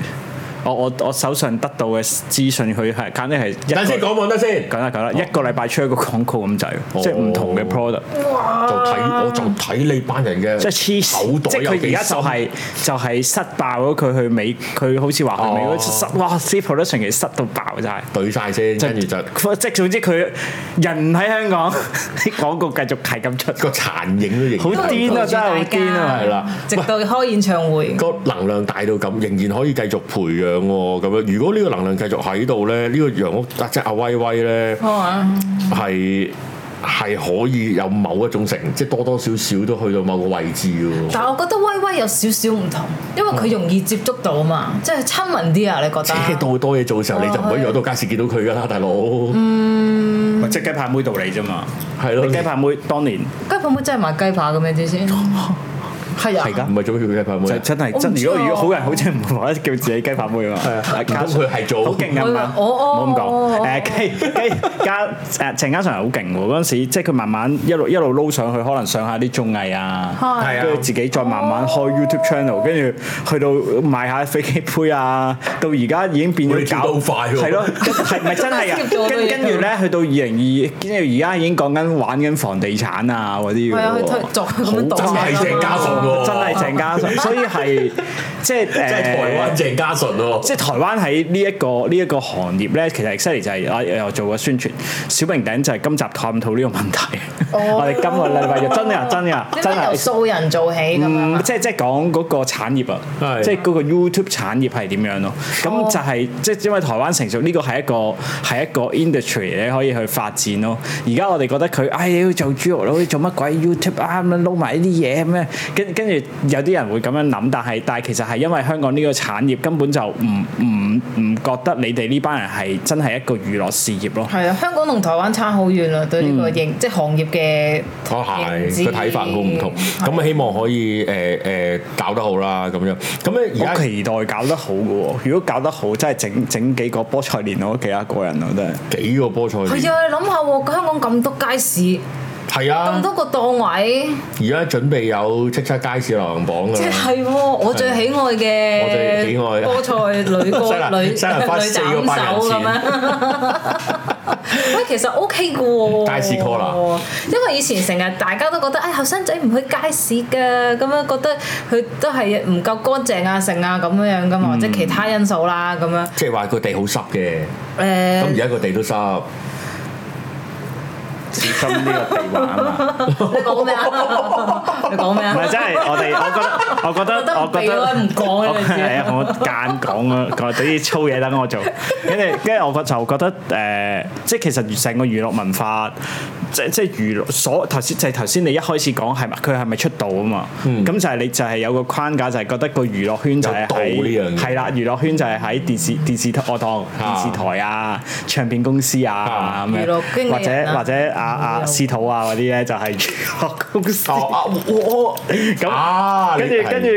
[SPEAKER 2] 我我我手上得到嘅資訊，佢係簡直係一
[SPEAKER 1] 等先
[SPEAKER 2] 個
[SPEAKER 1] 講哦冇得先，
[SPEAKER 2] 講啦講啦，一個禮拜出一個廣告咁滯，即係唔同嘅 product，
[SPEAKER 3] 哇！
[SPEAKER 1] 就睇我就睇你班人嘅，
[SPEAKER 2] 啊即係黐
[SPEAKER 1] 口
[SPEAKER 2] 線，即
[SPEAKER 1] 袋
[SPEAKER 2] 係
[SPEAKER 1] 有
[SPEAKER 2] 佢而
[SPEAKER 1] 幾
[SPEAKER 2] 家
[SPEAKER 1] 深
[SPEAKER 2] 就係就係塞爆咗佢去美，佢好似話去美
[SPEAKER 1] 哦
[SPEAKER 2] 國塞，哇！啲 production 其實塞到爆真係。
[SPEAKER 1] 懟晒先，跟住就
[SPEAKER 2] 即係總之佢人喺香港，啲廣告繼續係咁出，
[SPEAKER 1] 個殘影都仍然
[SPEAKER 2] 好
[SPEAKER 1] 喺
[SPEAKER 2] 癲
[SPEAKER 1] 度
[SPEAKER 2] 啊真係好癲啊
[SPEAKER 1] 係啦
[SPEAKER 3] 直到開演唱會。
[SPEAKER 1] 個能量大到咁，仍然可以繼續培養喎咁樣。如果呢個能量繼續喺度咧，呢、個楊屋啊，即係阿威威咧。
[SPEAKER 3] 好啊！
[SPEAKER 1] 係係可以有某一種成，即係多多少少都去到某個位置嘅喎。
[SPEAKER 3] 但係我覺得威威有少少唔同，因為佢容易接觸到嘛，即係親民啲啊！你覺
[SPEAKER 1] 車
[SPEAKER 3] 得？
[SPEAKER 1] 到多嘢做嘅時候，你就唔可以
[SPEAKER 3] 哦
[SPEAKER 1] 入到街市見到佢㗎啦，大佬。
[SPEAKER 3] 嗯
[SPEAKER 2] 即係雞排妹道理啫嘛。
[SPEAKER 1] 係咯，
[SPEAKER 2] 你雞
[SPEAKER 1] 唔
[SPEAKER 2] 排妹當年
[SPEAKER 3] 雞扒妹真係賣雞扒嘅咩？知先？係啊。
[SPEAKER 2] 係㗎
[SPEAKER 1] 係做咩叫雞排妹
[SPEAKER 2] 就
[SPEAKER 1] 啊？
[SPEAKER 2] 真係
[SPEAKER 3] 我唔
[SPEAKER 2] 真，
[SPEAKER 3] 知
[SPEAKER 2] 如果
[SPEAKER 3] 啊
[SPEAKER 2] 如果好人好似唔可得叫自己雞扒妹啊嘛，
[SPEAKER 1] 啊
[SPEAKER 2] 加
[SPEAKER 1] 唔通佢係做
[SPEAKER 2] 好勁啊嘛，
[SPEAKER 3] 哦哦
[SPEAKER 2] 冇咁
[SPEAKER 3] 哦
[SPEAKER 2] 講，誒 雞雞加誒鄭嘉誠係好勁喎，嗰陣時即係佢慢慢一路一路撈上去，可能上下啲綜藝啊。
[SPEAKER 3] 係哦
[SPEAKER 1] 係啊
[SPEAKER 2] 跟住自己再慢慢開 YouTube channel，跟住去到賣下飛機杯啊，到而家已經變
[SPEAKER 1] 我哋
[SPEAKER 2] 咗
[SPEAKER 1] 跳
[SPEAKER 2] 搞
[SPEAKER 1] 得好快喎
[SPEAKER 2] 係咯，係咪 真係啊
[SPEAKER 3] skip 咗？好多
[SPEAKER 2] 跟
[SPEAKER 3] 嘢
[SPEAKER 2] 跟住咧，去到二零二，跟住而家已經講緊玩緊房地產啊嗰啲
[SPEAKER 3] 係
[SPEAKER 2] 嘅
[SPEAKER 3] 啊，佢推
[SPEAKER 2] 喎
[SPEAKER 3] 作佢咁樣啊
[SPEAKER 1] 真
[SPEAKER 3] 倒
[SPEAKER 1] 係鄭嘉純喎，
[SPEAKER 2] 真係鄭嘉信，所以係即係 誒，
[SPEAKER 1] 真係台灣鄭嘉純喎。
[SPEAKER 2] 即係台灣喺呢一個呢一、個行業咧，其實 exactly 就係、我又做過宣傳，小明頂就係今集探討呢個問題。
[SPEAKER 3] 哦
[SPEAKER 2] 我哋今個禮拜日真係啊真係真
[SPEAKER 3] 真係由
[SPEAKER 2] 係。
[SPEAKER 3] 素人做起咁樣
[SPEAKER 2] 嗯
[SPEAKER 3] 啊。
[SPEAKER 2] 即係即係講嗰個產業啊，
[SPEAKER 1] 係
[SPEAKER 2] 即係嗰個 YouTube 產業係點樣咯？咁
[SPEAKER 3] 哦
[SPEAKER 2] 就係、即係因為台灣成熟呢個係一個係一個 industry 你可以去發展咯。而家我哋覺得佢，唉、要做豬肉佬，你做乜鬼 YouTube 啊？咁樣撈埋呢啲嘢咩？跟跟住有啲人會咁樣諗，但係但係其實係因為香港呢個產業根本就唔唔唔覺得你哋呢班人係真係一個娛樂事業咯。
[SPEAKER 3] 係啊，香港同台灣差好遠啦，對
[SPEAKER 2] 嗯
[SPEAKER 3] 呢個認即係行業嘅
[SPEAKER 1] 哦，
[SPEAKER 3] 認
[SPEAKER 1] 係
[SPEAKER 3] 知
[SPEAKER 1] 個睇法好唔同，咁啊希望可以誒誒搞得好啦咁樣。咁咧而
[SPEAKER 2] 我
[SPEAKER 1] 家
[SPEAKER 2] 期待搞得好嘅喎，如果搞得好，真係整整幾個菠菜連我幾啊個人咯，真係。
[SPEAKER 1] 幾個菠
[SPEAKER 2] 嗯
[SPEAKER 1] 菜
[SPEAKER 3] 係
[SPEAKER 1] 面
[SPEAKER 3] 啊，你諗下喎，香港咁多街市，
[SPEAKER 1] 係
[SPEAKER 3] 咁
[SPEAKER 1] 啊，
[SPEAKER 3] 多個檔位，
[SPEAKER 1] 而家準備有叱咤街市流行榜
[SPEAKER 3] 即
[SPEAKER 1] 㗎啦。
[SPEAKER 3] 係喎，我最喜愛嘅
[SPEAKER 1] 啊我最喜愛
[SPEAKER 3] 菠菜 女
[SPEAKER 1] 西
[SPEAKER 3] 歌
[SPEAKER 1] 蘭
[SPEAKER 3] 女女
[SPEAKER 1] 西蘭花
[SPEAKER 3] 斬
[SPEAKER 1] 四
[SPEAKER 3] 手
[SPEAKER 1] 個白人
[SPEAKER 3] 咁樣。 喂，其實 O K 嘅喎，
[SPEAKER 1] 街市 call 啦
[SPEAKER 3] 因為以前成日大家都覺得，哎唉，後生仔唔去街市㗎，咁樣覺得佢都係唔夠乾淨啊、剩啊咁樣樣㗎
[SPEAKER 1] 嗯
[SPEAKER 3] 嘛，或者其他因素啦咁樣。
[SPEAKER 1] 即係話個地好濕嘅，咁而
[SPEAKER 3] 誒，
[SPEAKER 1] 家個地都濕。
[SPEAKER 2] 至今呢個地位啊嘛，
[SPEAKER 3] 你講 咩啊？你講咩
[SPEAKER 2] 唔係
[SPEAKER 3] 啊？
[SPEAKER 2] 真係我 哋，我覺得，我覺得，我
[SPEAKER 3] 覺
[SPEAKER 2] 覺
[SPEAKER 3] 得唔避
[SPEAKER 2] 得我
[SPEAKER 3] 開唔講嘅你知
[SPEAKER 2] 係啊，我間講啊，講啲粗嘢等我做，跟住跟住我覺就覺得誒、即係其實成個娛樂文化，即即係娛樂所頭先就係頭先你一開始講係咪佢係咪出道啊嘛，咁、就係你就係有個框架就係覺得個娛樂圈就係
[SPEAKER 1] 嗯有道啊呢樣嘢
[SPEAKER 2] 喺係啦，娛樂圈就係喺電視電視台我當電視台啊、唱片公司啊
[SPEAKER 1] 啊
[SPEAKER 2] 咁
[SPEAKER 3] 娛樂經
[SPEAKER 2] 樣，或
[SPEAKER 3] 理人
[SPEAKER 2] 者
[SPEAKER 3] 啊
[SPEAKER 2] 或者啊啊司徒啊嗰啲咧就係娛樂公司。
[SPEAKER 1] 哦啊，我我啊
[SPEAKER 2] 咁，跟
[SPEAKER 1] 你
[SPEAKER 2] 住
[SPEAKER 1] 係
[SPEAKER 2] 跟住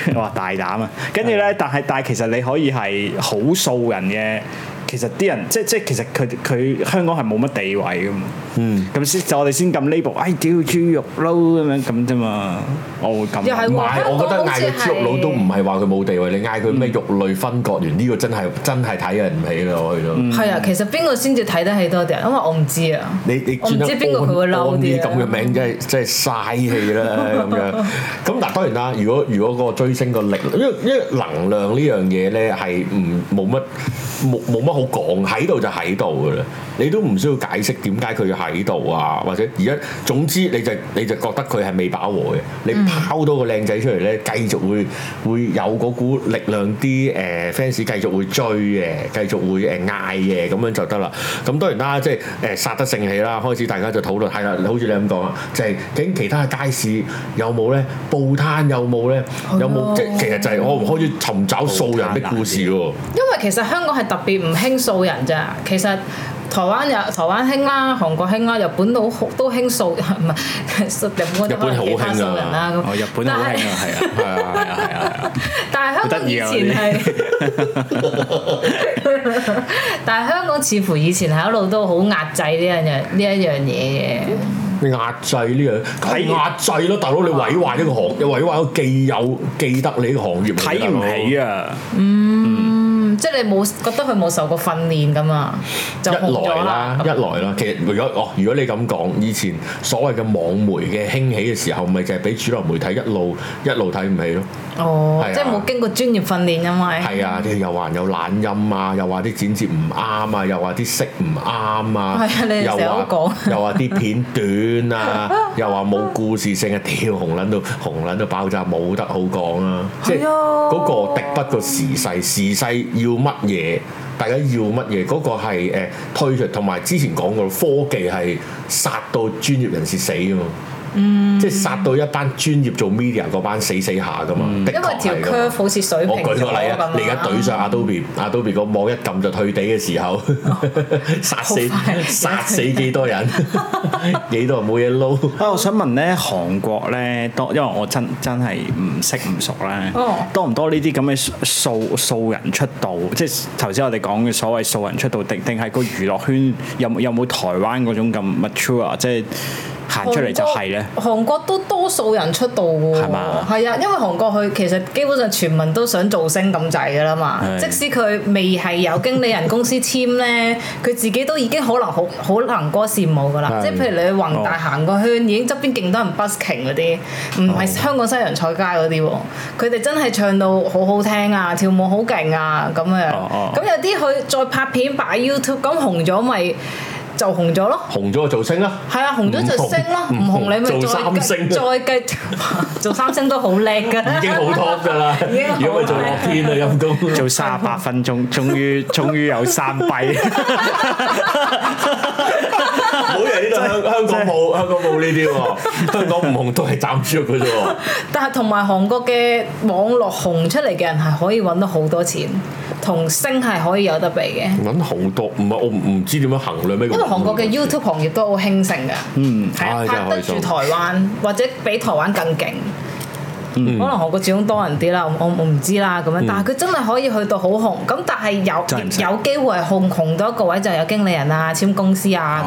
[SPEAKER 2] 跟住， 哇大膽啊！跟住咧，但係但係其實你可以係好素人嘅，其實啲人即即其實佢佢香港係冇乜地位噶嘛，
[SPEAKER 1] 嗯
[SPEAKER 2] 咁先就我哋先撳 label，哎屌豬肉撈咁樣咁啫嘛，我會啊
[SPEAKER 3] 又
[SPEAKER 2] 咁
[SPEAKER 3] 係。
[SPEAKER 1] 唔
[SPEAKER 3] 哇
[SPEAKER 1] 係，我覺得嗌佢豬肉佬都唔係話佢冇地位，你嗌佢咩肉類分割完呢個真
[SPEAKER 3] 嗯
[SPEAKER 1] 係真係睇人唔起啦，我去到。
[SPEAKER 3] 係啊，其實邊個先至睇得起多啲人？因為我唔知啊。
[SPEAKER 1] 你你
[SPEAKER 3] 我唔
[SPEAKER 1] 轉得
[SPEAKER 3] 知邊個佢會嬲啲啊
[SPEAKER 1] 安安咁嘅名真係真係嘥氣啦咁樣。咁嗱當然啦，如果如果個追星個力，因為因為能量呢樣嘢咧係唔冇乜冇冇乜好講，喺度就喺度噶啦。你都唔需要解釋點解佢要喺度啊，或者而家總之你就你就覺得佢係未飽和嘅，你
[SPEAKER 2] 嗯
[SPEAKER 1] 拋多個靚仔出嚟咧，繼續會會有嗰股力量啲誒 fans 繼續會追嘅，繼續會誒嗌嘅，咁樣就得啦。咁當然啦，即係誒殺得盛氣啦，開始大家就討論係啦，好似你咁講啊，就係、究竟其他嘅街市有冇咧，報攤有冇咧，有冇即係其實就係我唔開始尋找素人的故事喎。
[SPEAKER 3] 因為其實香港係特別唔興素人咋，其實台灣有台灣興啦，韓國興啦，日本都好都興素，唔係日本嗰啲可能其他素人啦咁。
[SPEAKER 2] 哦，日本
[SPEAKER 3] 但
[SPEAKER 2] 好興
[SPEAKER 3] 係
[SPEAKER 2] 啊，係啊，係啊，係啊，係啊。
[SPEAKER 3] 但係香港以
[SPEAKER 1] 啊
[SPEAKER 3] 前係， 但係香港似乎以前係一路都好壓制呢樣嘢呢一樣嘢嘅。
[SPEAKER 1] 你壓制呢樣，係壓制咯，大佬你毀壞呢個行，你毀壞個既有記得你呢個行業嚟㗎
[SPEAKER 2] 哦睇唔起啊！
[SPEAKER 3] 嗯，即係你冇覺得佢冇受過訓練咁啊，就
[SPEAKER 1] 大
[SPEAKER 3] 紅
[SPEAKER 1] 佬一來
[SPEAKER 3] 咗
[SPEAKER 1] 啦，一
[SPEAKER 3] 咁
[SPEAKER 1] 來啦，其實如果哦，如果你咁講，以前所謂嘅網媒嘅興起嘅時候，咪就係俾主流媒體一路一路睇唔起咯。
[SPEAKER 3] 哦
[SPEAKER 1] 係，啊
[SPEAKER 3] 即係冇經過專業訓練，因為
[SPEAKER 1] 係啊，你又話人有懶音啊，又話啲剪接唔啱啊，又話啲色唔啱啊
[SPEAKER 3] 係啊，你哋
[SPEAKER 1] 又
[SPEAKER 3] 成日
[SPEAKER 1] 話
[SPEAKER 3] 都講
[SPEAKER 1] 又話啲片短啊， 又話冇故事性啊，屌紅撚到紅撚到爆炸，冇得好講啊！即係
[SPEAKER 3] 係啊
[SPEAKER 1] 嗰個敵不過時勢，時勢要乜嘢？大家要乜嘢？嗰、個係誒推出，同埋之前講過，科技係殺到專業人士死㗎嘛。
[SPEAKER 3] 嗯
[SPEAKER 1] 即係殺到一班專業做 media 嗰班死死下噶嘛，的
[SPEAKER 3] 因為
[SPEAKER 1] 確
[SPEAKER 3] 條
[SPEAKER 1] 係㗎嘛
[SPEAKER 3] curve 好似水
[SPEAKER 1] 我
[SPEAKER 3] 平
[SPEAKER 1] 舉
[SPEAKER 3] 咗
[SPEAKER 1] 個例
[SPEAKER 3] 咁
[SPEAKER 1] 啊
[SPEAKER 3] 啊，
[SPEAKER 1] 你而家懟上 Adobe，Adobe 個網一撳就退地嘅時候，殺死
[SPEAKER 3] 哦好快
[SPEAKER 1] 殺死幾多 人，幾多人冇嘢撈。
[SPEAKER 2] 啊，我想問咧，韓國咧多，因為我真真係唔識唔熟咧，
[SPEAKER 3] 哦
[SPEAKER 2] 多唔多呢啲咁嘅素素人出道？即係頭先我哋講嘅所謂素人出道，定定係個娛樂圈有冇有冇台灣嗰種咁 mature，即係行出嚟就係咧？
[SPEAKER 3] 韓國韓國都多數人出道嘅喎，
[SPEAKER 2] 係嘛
[SPEAKER 3] 係啊，因為韓國佢其實基本上全民都想做星咁滯㗎啦嘛，
[SPEAKER 2] 係
[SPEAKER 3] 即使佢未係有經理人公司簽咧， 佢自己都已經可能好好能歌善舞㗎啦。
[SPEAKER 1] 係
[SPEAKER 3] 即係譬如你去宏大
[SPEAKER 2] 哦
[SPEAKER 3] 行個圈，已經側邊勁多人 busking 嗰啲，唔
[SPEAKER 2] 哦
[SPEAKER 3] 係香港西洋菜街嗰啲喎，佢哋真係唱到好好聽啊，跳舞好勁啊咁樣。
[SPEAKER 2] 哦哦
[SPEAKER 3] 咁有啲佢再拍片擺 YouTube，咁紅咗咪就紅咗咯。
[SPEAKER 1] 紅咗就做星啦，
[SPEAKER 3] 係啊，紅咗就升咯，
[SPEAKER 1] 唔
[SPEAKER 3] 唔
[SPEAKER 1] 紅
[SPEAKER 3] 紅你咪再
[SPEAKER 1] 做三星
[SPEAKER 3] 再繼 做三星都好叻㗎，
[SPEAKER 1] 已經好 top 㗎啦。
[SPEAKER 3] 已經好
[SPEAKER 1] 如果咪做落天啦，啊陰公。
[SPEAKER 2] 做三十八分 鐘，終於終於有三幣，
[SPEAKER 1] 冇人呢度香香港冇香港冇呢啲喎，香港唔紅都係斬豬肉嘅啫 喎。
[SPEAKER 3] 但係同埋韓國嘅網絡紅出嚟嘅人係可以揾到好多錢，同星係可以有得比嘅。
[SPEAKER 1] 揾好多唔係我唔唔知點樣衡量咩叫紅。
[SPEAKER 3] 因為韓國嘅 YouTube 行業都好興盛㗎，
[SPEAKER 2] 嗯
[SPEAKER 3] 係啊
[SPEAKER 1] 唉真係
[SPEAKER 3] 拍得住
[SPEAKER 1] 開心
[SPEAKER 3] 台灣或者比台灣更勁。可能韓國始終多人啲啦，我我我唔知啦咁樣，但係佢真係可以去到好紅，咁但係有
[SPEAKER 2] 真係唔識
[SPEAKER 3] 有機會係紅紅到一個位就有經理人啊、簽公司啊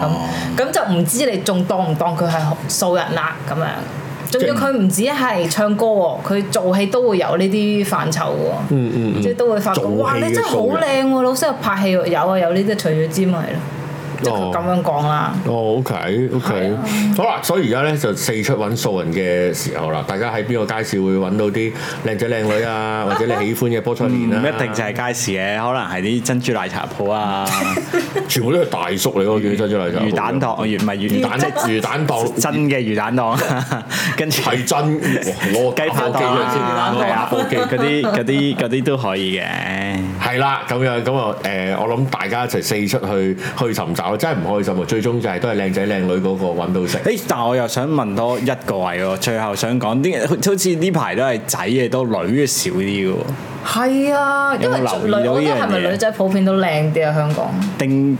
[SPEAKER 3] 咁，咁、就唔知你仲當唔當佢係素人啦咁樣。仲要佢唔止係唱歌喎，佢做戲都會有呢啲範疇喎。
[SPEAKER 1] 嗯嗯嗯
[SPEAKER 3] 即係都會發覺，
[SPEAKER 1] 做戲
[SPEAKER 3] 哇！你真係
[SPEAKER 1] 嘅
[SPEAKER 3] 好
[SPEAKER 1] 素人
[SPEAKER 3] 靚喎，老師又拍戲喎有啊有呢啲除咗之咪係咯，即係佢
[SPEAKER 1] 哦
[SPEAKER 3] 咁樣講啦。
[SPEAKER 1] 哦，OK，OK，好
[SPEAKER 2] 啊
[SPEAKER 1] 啦，所以而家咧就四出揾素人嘅時候啦，大家喺邊個街市會揾到啲靚仔靚女啊，或者 你喜歡嘅菠菜
[SPEAKER 2] 唔
[SPEAKER 1] 年啊，
[SPEAKER 2] 一定就係街市嘅，可能係啲珍珠奶茶鋪啊、
[SPEAKER 1] 全部都係大叔嚟咯，叫珍珠奶茶
[SPEAKER 2] 魚蛋檔，魚唔係魚
[SPEAKER 1] 魚蛋
[SPEAKER 2] 即係
[SPEAKER 1] 魚蛋檔
[SPEAKER 2] 真嘅魚蛋檔， 跟住
[SPEAKER 1] 係真攞
[SPEAKER 2] 雞扒檔啊，係啊，
[SPEAKER 1] 部機
[SPEAKER 2] 嗰啲嗰啲嗰啲都可以嘅。
[SPEAKER 1] 係啦，咁樣咁啊誒，我諗大家一齊四出去去尋找，真係唔開心啊！最終就係都係靚仔靚女嗰個揾到食。
[SPEAKER 2] 誒，但我又想問多一個位喎，最後想講啲好似呢排都係仔嘅多，女嘅少啲嘅喎，
[SPEAKER 3] 係啊，因為
[SPEAKER 2] 有冇
[SPEAKER 3] 女
[SPEAKER 2] 留意到
[SPEAKER 3] 我覺得
[SPEAKER 2] 呢樣
[SPEAKER 3] 係咪
[SPEAKER 2] 嘢
[SPEAKER 3] 女仔普遍都靚啲啊？香港
[SPEAKER 2] 定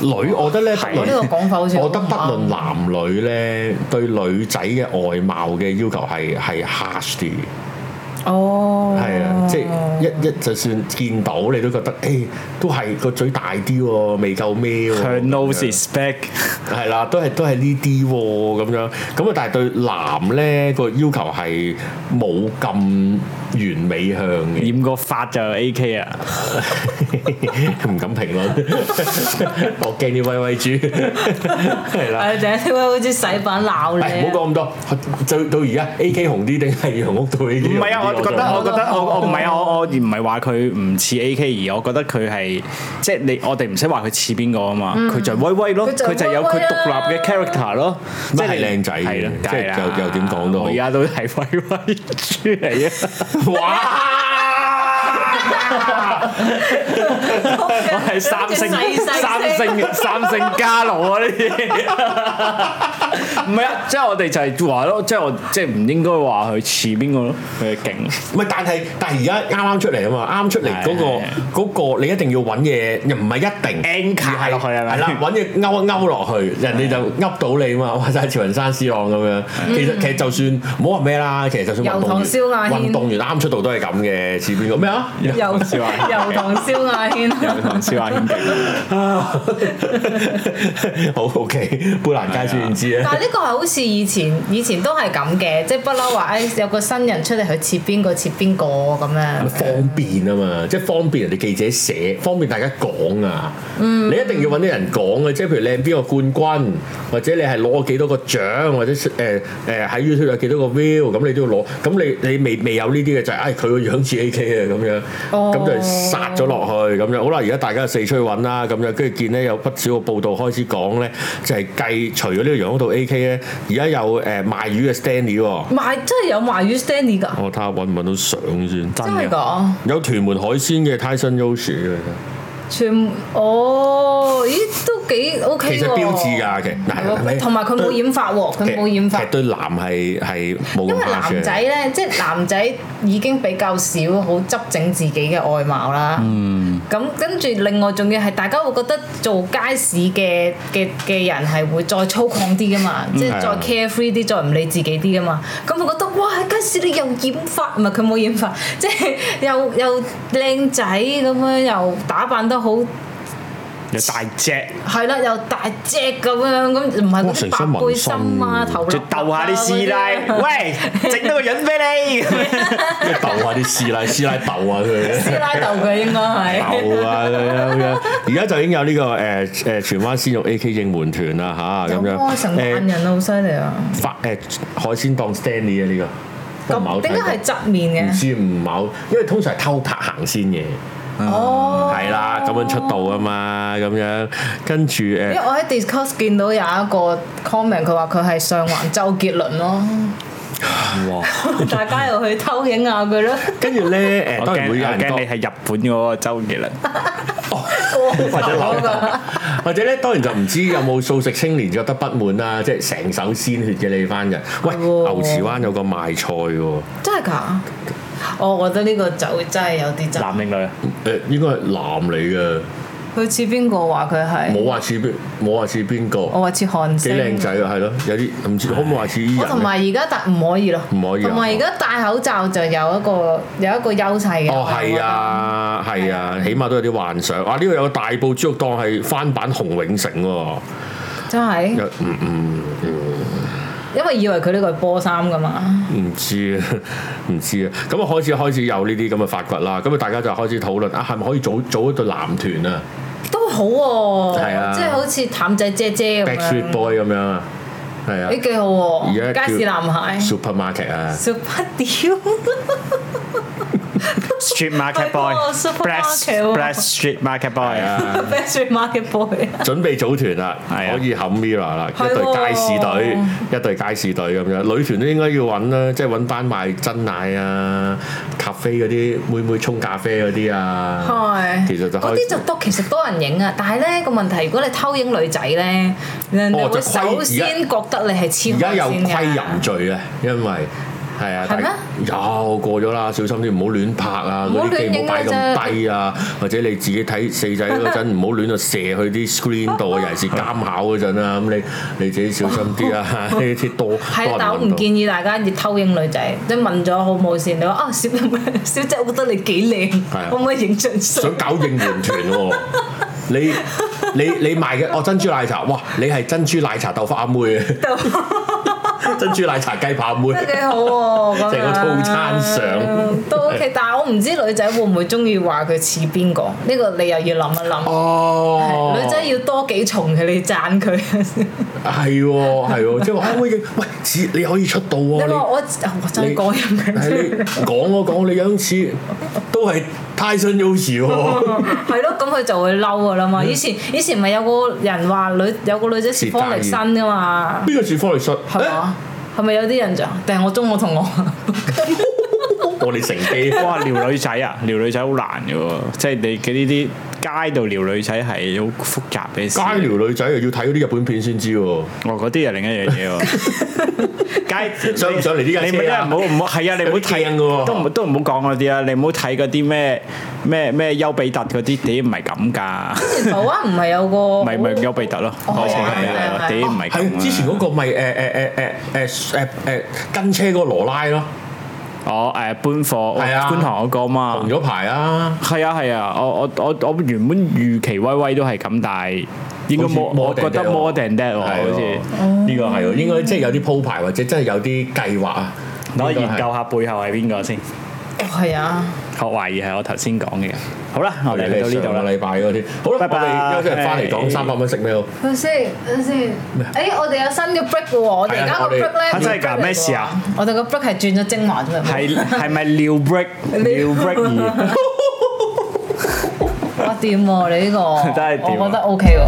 [SPEAKER 1] 女，我覺得
[SPEAKER 2] 啊
[SPEAKER 1] 咧，不
[SPEAKER 3] 我呢個
[SPEAKER 1] 論
[SPEAKER 3] 講法好似
[SPEAKER 1] 我覺得
[SPEAKER 3] 好唔
[SPEAKER 1] 不
[SPEAKER 3] 啱
[SPEAKER 1] 論男女咧，對女仔嘅外貌嘅要求係係 harsh 啲嘅。
[SPEAKER 3] 哦，
[SPEAKER 1] 係啊，即係一一就算見到你都覺得，誒、都係個嘴大啲喎，未夠咩喎。
[SPEAKER 2] Her
[SPEAKER 1] 咁
[SPEAKER 2] nose
[SPEAKER 1] 樣
[SPEAKER 2] is back。
[SPEAKER 1] 係啦，都係都係呢啲喎咁樣。咁啊，但係對男咧個要求係冇咁完美向 嘅，
[SPEAKER 2] 染個髮就 A K 啊！
[SPEAKER 1] 唔敢評論。 我驚啲威威豬係啦。
[SPEAKER 3] 係啊第一位好似洗版鬧
[SPEAKER 1] 誒
[SPEAKER 3] 你啊
[SPEAKER 1] 唔好講咁多，最到而家 A K 紅啲定係楊屋到 A K？
[SPEAKER 2] 唔係啊，我覺得我覺得我我唔係啊，我我而唔係話佢唔似 A K，而我覺得佢係即係你我哋唔使話佢似邊個啊嘛，佢就威威咯，
[SPEAKER 3] 嗯佢就
[SPEAKER 2] 佢就有
[SPEAKER 3] 威
[SPEAKER 2] 佢
[SPEAKER 3] 威啊
[SPEAKER 2] 獨立嘅 character 咯，
[SPEAKER 1] 乜
[SPEAKER 2] 係
[SPEAKER 1] 係靚仔嘅
[SPEAKER 2] 係啦，
[SPEAKER 1] 即係
[SPEAKER 2] 梗係啦
[SPEAKER 1] 又又點講都好
[SPEAKER 2] 我而家都係威威豬嚟啊！
[SPEAKER 1] 得
[SPEAKER 3] 啊
[SPEAKER 1] 哇！
[SPEAKER 3] 我
[SPEAKER 2] 係三星三星三星加奴啊！呢啲 唔係啊，即係我哋就係話咯，即係我即係唔應該話佢似邊個咯，佢係勁。
[SPEAKER 1] 唔係，但係但係而家啱啱出嚟啊嘛，啱出嚟嗰
[SPEAKER 2] 係
[SPEAKER 1] 個嗰個你一定要揾嘢，又唔係一定
[SPEAKER 2] Anchor
[SPEAKER 1] 而係
[SPEAKER 2] 落去係咪
[SPEAKER 1] 係啦，揾嘢勾一勾落去，人哋就噏到你啊嘛， 哇！真係潮人山思浪咁樣。其實其實就算唔好話咩啦，其實就算運
[SPEAKER 3] 油
[SPEAKER 1] 動
[SPEAKER 3] 塘
[SPEAKER 1] 員
[SPEAKER 3] 燒亞軒
[SPEAKER 1] 運動員啱出道都係咁嘅，似邊個咩啊？
[SPEAKER 3] 油油
[SPEAKER 2] 燒亞軒
[SPEAKER 3] 塘燒亞 軒，
[SPEAKER 2] 有同蕭亞軒勁。
[SPEAKER 1] 好 OK，砵蘭街算知
[SPEAKER 3] 但
[SPEAKER 1] 啊。
[SPEAKER 3] 係呢個係好似以前以前都係咁嘅，即係不嬲話誒有個新人出嚟，佢似邊個似邊個咁
[SPEAKER 2] 嗯
[SPEAKER 3] 樣。
[SPEAKER 1] 方便啊嘛，即係方便人哋記者寫，方便大家講啊。你一定要揾啲人講嘅，即係譬如你係邊個冠軍，或者你係攞幾多個獎，或者誒誒喺 YouTube 有幾多個 view，咁你都要攞。咁你你未未有呢啲嘅就係、唉佢個樣似 AK 啊咁樣，
[SPEAKER 3] 哦
[SPEAKER 1] 咁、就殺咗落去咁樣。好啦，而家大家四出去揾啦，咁樣跟住見咧有不少嘅報道開始講咧，就係、計除咗呢個陽光道 AK 咧，而家有誒、賣魚嘅 Stanley 喎。
[SPEAKER 3] 賣真係有賣魚 Stanley
[SPEAKER 2] 哦
[SPEAKER 3] 㗎，
[SPEAKER 1] 我睇下揾唔揾到相先。
[SPEAKER 3] 真係㗎。
[SPEAKER 1] 有屯門海鮮嘅 Tyson Yoshi 嘅，
[SPEAKER 3] 全哦，咦都幾 OK 喎。
[SPEAKER 1] 其實標誌㗎嘅，嗱係咪
[SPEAKER 3] 係喎同埋佢冇染髮喎，佢冇染
[SPEAKER 1] 其
[SPEAKER 3] 髮
[SPEAKER 1] 實。對男係係冇
[SPEAKER 3] 因
[SPEAKER 1] 咁
[SPEAKER 3] 為
[SPEAKER 1] hard
[SPEAKER 3] 男仔
[SPEAKER 1] 嘅。
[SPEAKER 3] 咧，即係男仔已經比較少好執整自己嘅外貌啦。嗯。咁跟住另外仲要係大家會覺得做街市嘅嘅嘅人係會再粗獷啲噶嘛，即係
[SPEAKER 1] 係
[SPEAKER 3] 再
[SPEAKER 1] 啊
[SPEAKER 3] carefree 啲，再唔理自己啲噶嘛。咁我覺得哇，喺街市你又染髮，唔係佢冇染髮，即係又又靚仔咁樣，又打扮得好。
[SPEAKER 2] 又大隻，
[SPEAKER 3] 係啦，又大隻咁樣，咁唔係
[SPEAKER 1] 哇
[SPEAKER 3] 嗰
[SPEAKER 1] 成身
[SPEAKER 3] 啲白背心啊，
[SPEAKER 1] 紋身喎
[SPEAKER 3] 頭笠
[SPEAKER 2] 就
[SPEAKER 3] 笠
[SPEAKER 2] 鬥下啲師
[SPEAKER 3] 啊
[SPEAKER 2] 奶，
[SPEAKER 3] 嗰啲
[SPEAKER 2] 喂，整到個樣俾你。
[SPEAKER 1] 即係鬥下啲師奶，師奶鬥下 佢。
[SPEAKER 3] 師奶鬥嘅應該 係。
[SPEAKER 1] 鬥啊佢啊咁樣，而家就已經有呢、個誒誒荃灣鮮肉 A.K. 應援團啦吓，咁樣
[SPEAKER 3] 哇！成萬
[SPEAKER 1] 誒
[SPEAKER 3] 人啊好犀利啊！
[SPEAKER 1] 發誒海鮮檔 Stanley 啊呢個，都唔係
[SPEAKER 3] 咁
[SPEAKER 1] 好睇
[SPEAKER 3] 點
[SPEAKER 1] 過
[SPEAKER 3] 解係啊側面
[SPEAKER 1] 唔
[SPEAKER 3] 嘅？
[SPEAKER 1] 知唔係好，因為通常係偷拍行先嘅，嗯
[SPEAKER 3] 哦，
[SPEAKER 1] 係啦咁樣出道啊嘛，咁樣跟住誒。
[SPEAKER 3] 因為我喺 Discuss 見到有一個 comment，佢話佢係上環周杰倫咯，
[SPEAKER 2] 哇！
[SPEAKER 3] 大家又去偷影下佢咯。
[SPEAKER 1] 跟住咧，誒
[SPEAKER 2] 我
[SPEAKER 1] 當然
[SPEAKER 2] 驚
[SPEAKER 1] 會有
[SPEAKER 2] 我
[SPEAKER 1] 人
[SPEAKER 2] 驚
[SPEAKER 1] 當
[SPEAKER 2] 你係日本嗰個 周杰倫，
[SPEAKER 1] 或者
[SPEAKER 3] 嗰個
[SPEAKER 1] 或者咧，當然就唔知有冇素食青年覺得不滿啦，即係成手鮮血嘅你班人。喂，
[SPEAKER 3] 係喎
[SPEAKER 1] 牛池灣有個賣菜喎，
[SPEAKER 3] 真係㗎？哦我覺得呢個就真係有啲真。
[SPEAKER 2] 男定女啊？
[SPEAKER 1] 誒呃應該係男嚟嘅，
[SPEAKER 3] 佢似邊個話佢係？
[SPEAKER 1] 冇話似邊，冇話似邊個，
[SPEAKER 3] 我話似韓
[SPEAKER 1] 幾
[SPEAKER 3] 星。
[SPEAKER 1] 靚仔啊，係咯，有啲唔知可唔可以話似依
[SPEAKER 3] 我
[SPEAKER 1] 人
[SPEAKER 3] 同
[SPEAKER 1] 呢？
[SPEAKER 3] 埋而家戴唔可以咯，
[SPEAKER 1] 唔可以啊
[SPEAKER 3] 同埋而家戴口罩就有一個有一個優勢嘅。
[SPEAKER 1] 哦，
[SPEAKER 3] 我覺
[SPEAKER 1] 係
[SPEAKER 3] 得，
[SPEAKER 1] 啊，係啊，起碼都有啲幻想。啊，呢度有個大埔豬肉檔係翻版洪永城喎，
[SPEAKER 3] 真係，
[SPEAKER 1] 有嗯嗯嗯。
[SPEAKER 3] 因為以為佢呢個係波衫噶嘛，
[SPEAKER 1] 唔知啊， 唔知啊。咁啊，開始開始有呢啲咁嘅發掘啦。咁啊，大家就開始討論啊，係咪可以組組一隊男團啊
[SPEAKER 3] 都好喎、
[SPEAKER 1] 係啊
[SPEAKER 3] 即係好似譚仔姐姐咁
[SPEAKER 1] ，Backstreet
[SPEAKER 3] 樣，哎
[SPEAKER 1] Boy 咁樣啊，係啊
[SPEAKER 3] 你幾好
[SPEAKER 1] 而
[SPEAKER 3] 喎、
[SPEAKER 1] 家叫
[SPEAKER 3] 街市男孩，
[SPEAKER 1] ，Supermarket 啊，
[SPEAKER 3] 小不屌，
[SPEAKER 2] Street
[SPEAKER 3] 係
[SPEAKER 2] Market
[SPEAKER 3] 喎
[SPEAKER 2] Boy，Black
[SPEAKER 3] Supermarket 喎
[SPEAKER 2] Black Street
[SPEAKER 1] 係
[SPEAKER 2] Market Boy，
[SPEAKER 1] 啊，
[SPEAKER 3] Backstreet Market Boy，
[SPEAKER 1] 準備組團啦，
[SPEAKER 2] 係啊
[SPEAKER 1] 可以冚 Mirror 啦，一
[SPEAKER 3] 係喎
[SPEAKER 1] 隊街市隊，一隊街市隊咁樣。女團都應該要揾啦，即係揾班賣真奶啊、咖啡嗰啲妹妹沖咖啡嗰啲啊。
[SPEAKER 3] 係，
[SPEAKER 1] 其實就開
[SPEAKER 3] 嗰啲就多，其實多人影啊，但係咧個問題，如果你偷影女仔咧，人哋
[SPEAKER 1] 哦就
[SPEAKER 3] 會
[SPEAKER 1] 虧
[SPEAKER 3] 首先覺得你係黐
[SPEAKER 1] 而
[SPEAKER 3] 開
[SPEAKER 1] 家有
[SPEAKER 3] 線
[SPEAKER 1] 窺
[SPEAKER 3] 㗎。
[SPEAKER 1] 淫罪啊，因為係啊，
[SPEAKER 3] 係咩
[SPEAKER 1] 但有過咗啦，小心啲，唔好亂拍啊，
[SPEAKER 3] 唔好
[SPEAKER 1] 嗰啲
[SPEAKER 3] 亂
[SPEAKER 1] 機唔
[SPEAKER 3] 影
[SPEAKER 1] 好擺
[SPEAKER 3] 啊
[SPEAKER 1] 咁低啊，或者你自己睇四仔嗰陣，唔好亂到呃射去啲 screen 度啊，尤其是監考嗰陣啊，咁你你自己小心 啲啊，呢啲多多
[SPEAKER 3] 係啊，
[SPEAKER 1] 人
[SPEAKER 3] 但我唔
[SPEAKER 1] 問到
[SPEAKER 3] 建議大家要偷影女仔。你問咗好冇先，你話啊小 小姐，我覺得你幾靚
[SPEAKER 1] 係啊，
[SPEAKER 3] 可唔可以影張相
[SPEAKER 1] 想？搞應援團喎、你你你賣嘅哦珍珠奶茶，哇！你係珍珠奶茶豆花妹啊，
[SPEAKER 3] 都
[SPEAKER 1] 珍珠奶茶雞扒 妹，
[SPEAKER 3] 真係幾好喎，咁樣
[SPEAKER 1] 成個套餐相
[SPEAKER 3] 都 OK。但係我唔知女仔會唔會中意話佢似邊個？呢個你又要諗一諗。
[SPEAKER 1] 哦，
[SPEAKER 3] 女仔要多幾重佢，你讚佢。
[SPEAKER 1] 係喎係喎，即係話可唔可以喂似你可以出 道
[SPEAKER 3] 你
[SPEAKER 1] 喎、
[SPEAKER 3] 話
[SPEAKER 1] 你。
[SPEAKER 3] 我我真係
[SPEAKER 1] 你
[SPEAKER 3] 講人佢
[SPEAKER 1] 係 你講我講你樣似都係 Tyson Yoshi 喎，
[SPEAKER 3] 係咯，咁佢就會嬲噶啦嘛。以前以前咪有個人話女有個女仔似方力申噶嘛，
[SPEAKER 1] 邊個似方力申？
[SPEAKER 3] 係嘛？係咪有啲印象？定係我中我同學？
[SPEAKER 1] 誒我哋成機
[SPEAKER 2] 哇！撩女仔啊，撩女仔好難嘅喎，即係你嘅呢啲街度撩女仔係好複雜嘅事。
[SPEAKER 1] 街聊女仔又要睇嗰啲日本片先知喎。
[SPEAKER 2] 哦，嗰啲係另一 樣嘢喎。街
[SPEAKER 1] 上唔上嚟呢架車啊
[SPEAKER 2] 你咪唔好唔好係啊！你唔好
[SPEAKER 1] 有啲驚嘅喎
[SPEAKER 2] 睇，都唔都唔好講嗰啲啊！你唔好睇嗰啲咩咩咩丘比特嗰啲，屌唔係咁㗎，
[SPEAKER 3] 台灣唔係有個
[SPEAKER 2] 咪咪丘比特咯，
[SPEAKER 3] 哦
[SPEAKER 2] 我情係
[SPEAKER 3] 係係
[SPEAKER 2] 啊，屌唔係咁
[SPEAKER 1] 係
[SPEAKER 2] 啊
[SPEAKER 1] 之前嗰個咪誒誒誒誒誒誒誒跟車嗰個羅拉咯，
[SPEAKER 2] 我哦誒搬貨，
[SPEAKER 1] 係啊
[SPEAKER 2] 觀塘嗰個啊嘛
[SPEAKER 1] 紅。咗牌啊！
[SPEAKER 2] 係啊係啊，我我我我原本預期威威都係咁，但係應該冇，
[SPEAKER 1] 好
[SPEAKER 2] 我
[SPEAKER 1] 似
[SPEAKER 2] 覺得
[SPEAKER 1] more
[SPEAKER 2] more than that 喎，好
[SPEAKER 1] 係
[SPEAKER 2] 似
[SPEAKER 1] 喎。呢個係喎，應該即係有啲鋪排或者真係有啲計劃啊。
[SPEAKER 2] 我
[SPEAKER 1] 應該係
[SPEAKER 2] 研究下背後係邊個先，
[SPEAKER 3] 哦係啊，
[SPEAKER 2] 我懷疑係我頭先講嘅。好啦，我
[SPEAKER 1] 我
[SPEAKER 2] 哋
[SPEAKER 1] 哋
[SPEAKER 2] 嚟
[SPEAKER 1] 到
[SPEAKER 2] 到
[SPEAKER 1] 呢
[SPEAKER 2] 呢度
[SPEAKER 1] 度啦，
[SPEAKER 2] 啦。
[SPEAKER 1] 禮拜嗰啲。好啦，
[SPEAKER 2] 拜拜
[SPEAKER 1] 我哋休息日翻嚟講三百蚊食咩好？
[SPEAKER 3] 等先等先。誒，我哋有新嘅 break 喎，我哋而家個 break 咧
[SPEAKER 2] 嚇真係㗎咩事啊？
[SPEAKER 3] 我哋個 break 係轉咗精華啫嘛。
[SPEAKER 2] 係係咪尿 break 尿 break 二？
[SPEAKER 3] 哇掂喎你呢個，
[SPEAKER 2] 真係掂啊
[SPEAKER 3] 我覺得 OK 喎。